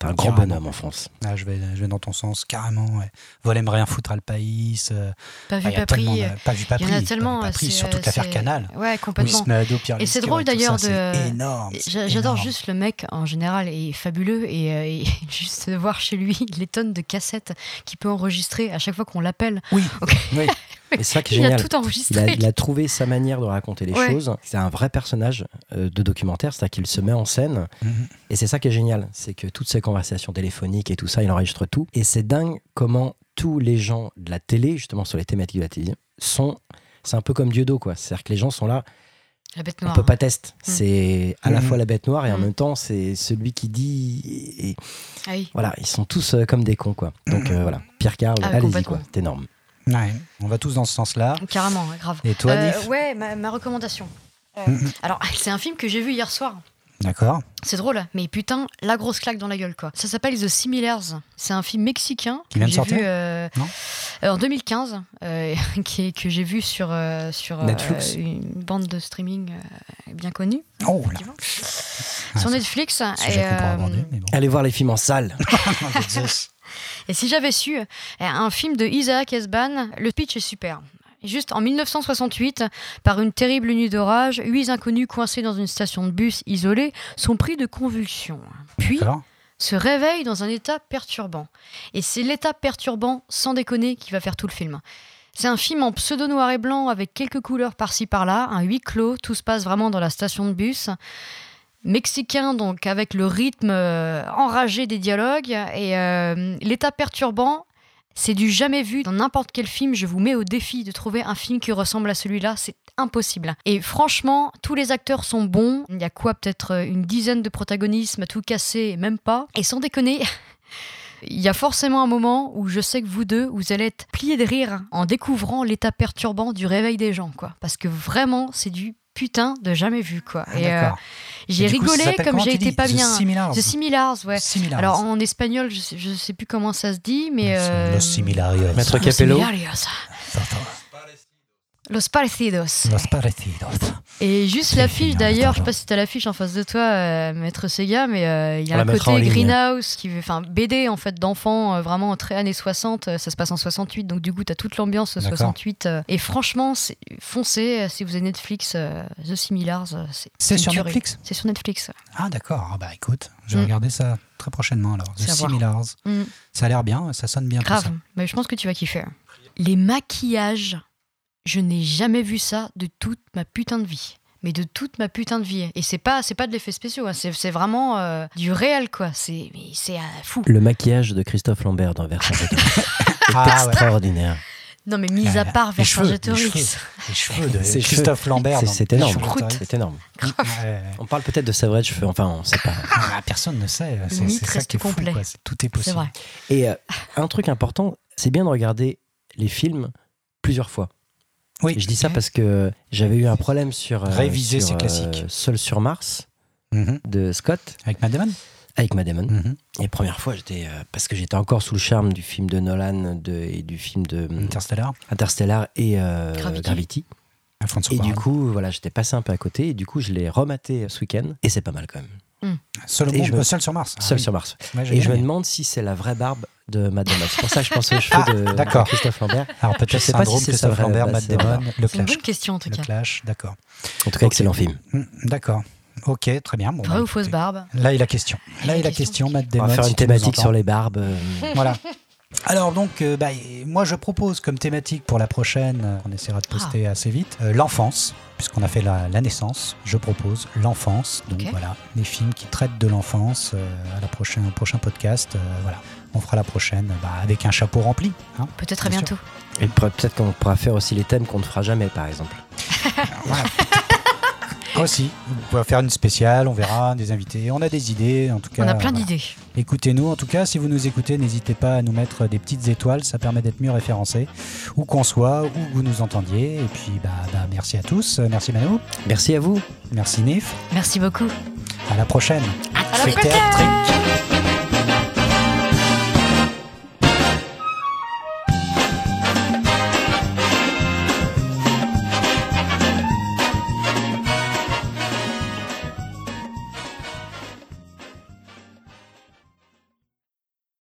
c'est un grand Carrément. bonhomme en France. Ah, je, vais, je vais dans ton sens, carrément. Ouais. Volem rien foutre Alpaïs. euh, Pas ah, vu, y a pas tellement pris. de- pas vu, pas Il pris. y en a pas vu, tellement, pas pris, c'est- surtout c'est- l'affaire Canal. Ouais, Will complètement. Snedo, Pierre Et c'est Lescaut drôle tout ça, d'ailleurs c'est de- énorme, Et c'est j'a- J'adore énorme. juste le mec en général, il est fabuleux et, euh, et [laughs] juste de voir chez lui les tonnes de cassettes qu'il peut enregistrer à chaque fois qu'on l'appelle. Oui, Ok. oui. Et ça qui est [laughs] Il a génial. tout Il a, enregistré. il a trouvé sa manière de raconter les Ouais. choses. C'est un vrai personnage euh, de documentaire, c'est-à-dire qu'il se met en scène. Mhm. Et c'est ça qui est génial, c'est que toutes ces conversations téléphoniques et tout ça, il enregistre tout. Et c'est dingue comment tous les gens de la télé, justement sur les thématiques de la télé, sont. C'est un peu comme Dieudo, quoi. C'est-à-dire que les gens sont là, La bête on noire. peut pas test. Mm. C'est à la Mhm. fois la bête noire et en Mhm. même temps, c'est celui qui dit. et- et Ah oui. voilà, ils sont tous euh, comme des cons, quoi. Donc euh, voilà, Pierre Carl, Ah, allez-y, complètement. quoi. C'est énorme. Ouais, On va tous dans ce sens-là. Carrément, ouais, grave. Et toi, Euh, Nif ouais, ma, ma recommandation. Euh, Mhm. Alors, [laughs] c'est un film que j'ai vu hier soir. D'accord. C'est drôle, mais putain, la grosse claque dans la gueule, quoi. Ça s'appelle The Similars. C'est un film mexicain Qui vient que de j'ai sortir vu euh, Non euh, en 2015, euh, [laughs] qui est- que j'ai vu sur, euh, sur euh, Netflix une bande de streaming euh, bien connue. Oh là, effectivement. Ah, ça- sur Netflix. sujet et, qu'on pourra euh, aborder, [laughs] mais bon. Allez voir les films en salle. Et si j'avais su, euh, un film de Isaac Esban, le pitch est super. Juste en 1968, par une terrible nuit d'orage, huit inconnus coincés dans une station de bus isolée sont pris de convulsions. Puis D'accord. se réveillent dans un état perturbant. Et c'est l'état perturbant, sans déconner, qui va faire tout le film. C'est un film en pseudo noir et blanc avec quelques couleurs par-ci par-là, un huis clos, tout se passe vraiment dans la station de bus. mexicain, donc avec le rythme euh, enragé des dialogues et euh, l'état perturbant. C'est du jamais vu dans n'importe quel film. Je vous mets au défi de trouver un film qui ressemble à celui-là. C'est impossible. Et franchement, tous les acteurs sont bons. Il y a quoi Peut-être euh, une dizaine de protagonismes à tout casser, même pas. Et sans déconner, [laughs] il y a forcément un moment où je sais que vous deux, vous allez être pliés de rire en découvrant l'état perturbant du réveil des gens, quoi. Parce que vraiment, c'est du putain de jamais vu, quoi. Ah, Et, euh, d'accord. j'ai Et du coup, ça rigolé s'appelle comme comment j'ai tu été dis pas The bien. Similars. The Similars, ouais. Similars. Alors en espagnol, je sais, je sais plus comment ça se dit, mais. Los euh, similarios. Maître Los Capello. Similarios. Attends, Los Parecidos. Los parecidos. Et juste C'est l'affiche génial, d'ailleurs, je sais pardon. pas si t'as l'affiche en face de toi, euh, Maître Sega, mais euh, il y On a la un mettra en côté ligne. greenhouse, qui, veut- enfin BD en fait d'enfants, euh, vraiment très années 60, euh, ça se passe en 68, donc du coup t'as toute l'ambiance D'accord. 68. euh, et franchement, c'est- foncez, euh, si vous avez Netflix, euh, The Similars, euh, c'est C'est une sur tuerie. Netflix C'est sur Netflix. ouais. Ah d'accord, Ah, bah écoute, je vais Mm. regarder ça très prochainement alors. The C'est à voir. Similars. Mm. Ça a l'air bien, ça sonne bien tout Grave, ça. mais je pense que tu vas kiffer. hein. Les maquillages, je n'ai jamais vu ça de toute ma putain de vie. Mais de toute ma putain de vie. Et c'est pas, c'est pas de l'effet spéciaux, hein. c'est c'est vraiment euh, du réel, quoi. C'est mais c'est, euh, fou. Le maquillage de Christophe Lambert dans Versailles. Ah ouais. Extraordinaire. Non, mais mis à Ouais, part les cheveux, les Vercingétorix. cheveux, les cheveux [laughs] de Ses Christophe Lambert. C'est- dans C'est énorme. Vercingétorix. C'est énorme. Ouais, ouais, ouais. On parle peut-être de sa vraie cheveux. Enfin, on sait pas. Ah, personne ne sait. C'est mythe c'est ça reste qui est fou. complet. quoi. C'est- Tout est C'est possible. vrai. Et euh, un truc important, c'est bien de regarder les films plusieurs fois. Oui. Je dis ça parce que j'avais eu un problème sur. euh, Réviser, sur, c'est euh, classique. Seul sur Mars Mhm. de Scott Avec Madame avec Madamon. Mm-hmm. Mhm. Et première fois, j'étais. euh, parce que j'étais encore sous le charme du film de Nolan de, et du film de euh, Interstellar. Interstellar et euh, Gravity. Gravity. Alfonso Et du Cuarón. coup, voilà, j'étais passé un peu à côté. Et du coup, je l'ai rematé ce week-end. Et c'est pas mal quand même. Seul, au et monde- je me- euh, seul sur Mars. Ah Seul oui. sur Mars. Ouais, j'ai Et je me gagné. demande si c'est la vraie barbe de Matt Damon. C'est pour ça que je [laughs] pense aux cheveux de, de Ah, d'accord. Christophe Lambert. Alors peut-être je sais pas si syndrome c'est Christophe ça, Lambert, bah, Matt c'est- Damon, le C'est une clash. bonne question en tout Le cas. clash, d'accord. En tout cas, excellent film. Hmm, D'accord. Ok, très bien. Bon, Vrai bah, ou fausse écoutez, barbe Là est la question. Là est la question, Matt On Damon. va faire si une tu nous thématique entends. sur les barbes. euh, [laughs] Voilà. Alors donc, euh, bah, et moi je propose comme thématique pour la prochaine, euh, on essaiera de Ah. poster assez vite, euh, l'enfance, puisqu'on a fait la, la naissance, je propose l'enfance. Donc Ok. voilà, les films qui traitent de l'enfance euh, à la prochaine, au prochain podcast. euh, voilà, on fera la prochaine bah, avec un chapeau rempli. hein. Peut-être à Bien bientôt. [laughs] Et peut- peut-être qu'on pourra faire aussi les thèmes qu'on ne fera jamais, par exemple. Voilà. Aussi, on va faire une spéciale, on verra, des invités, on a des idées en tout cas. On a plein voilà. d'idées. Écoutez-nous, en tout cas, si vous nous écoutez, n'hésitez pas à nous mettre des petites étoiles, ça permet d'être mieux référencé, où qu'on soit, où que vous nous entendiez. Et puis, bah, bah, merci à tous, Euh, merci Manu, Merci à vous. merci Nif, Merci beaucoup. à la prochaine. À la C'était Trick. prochaine.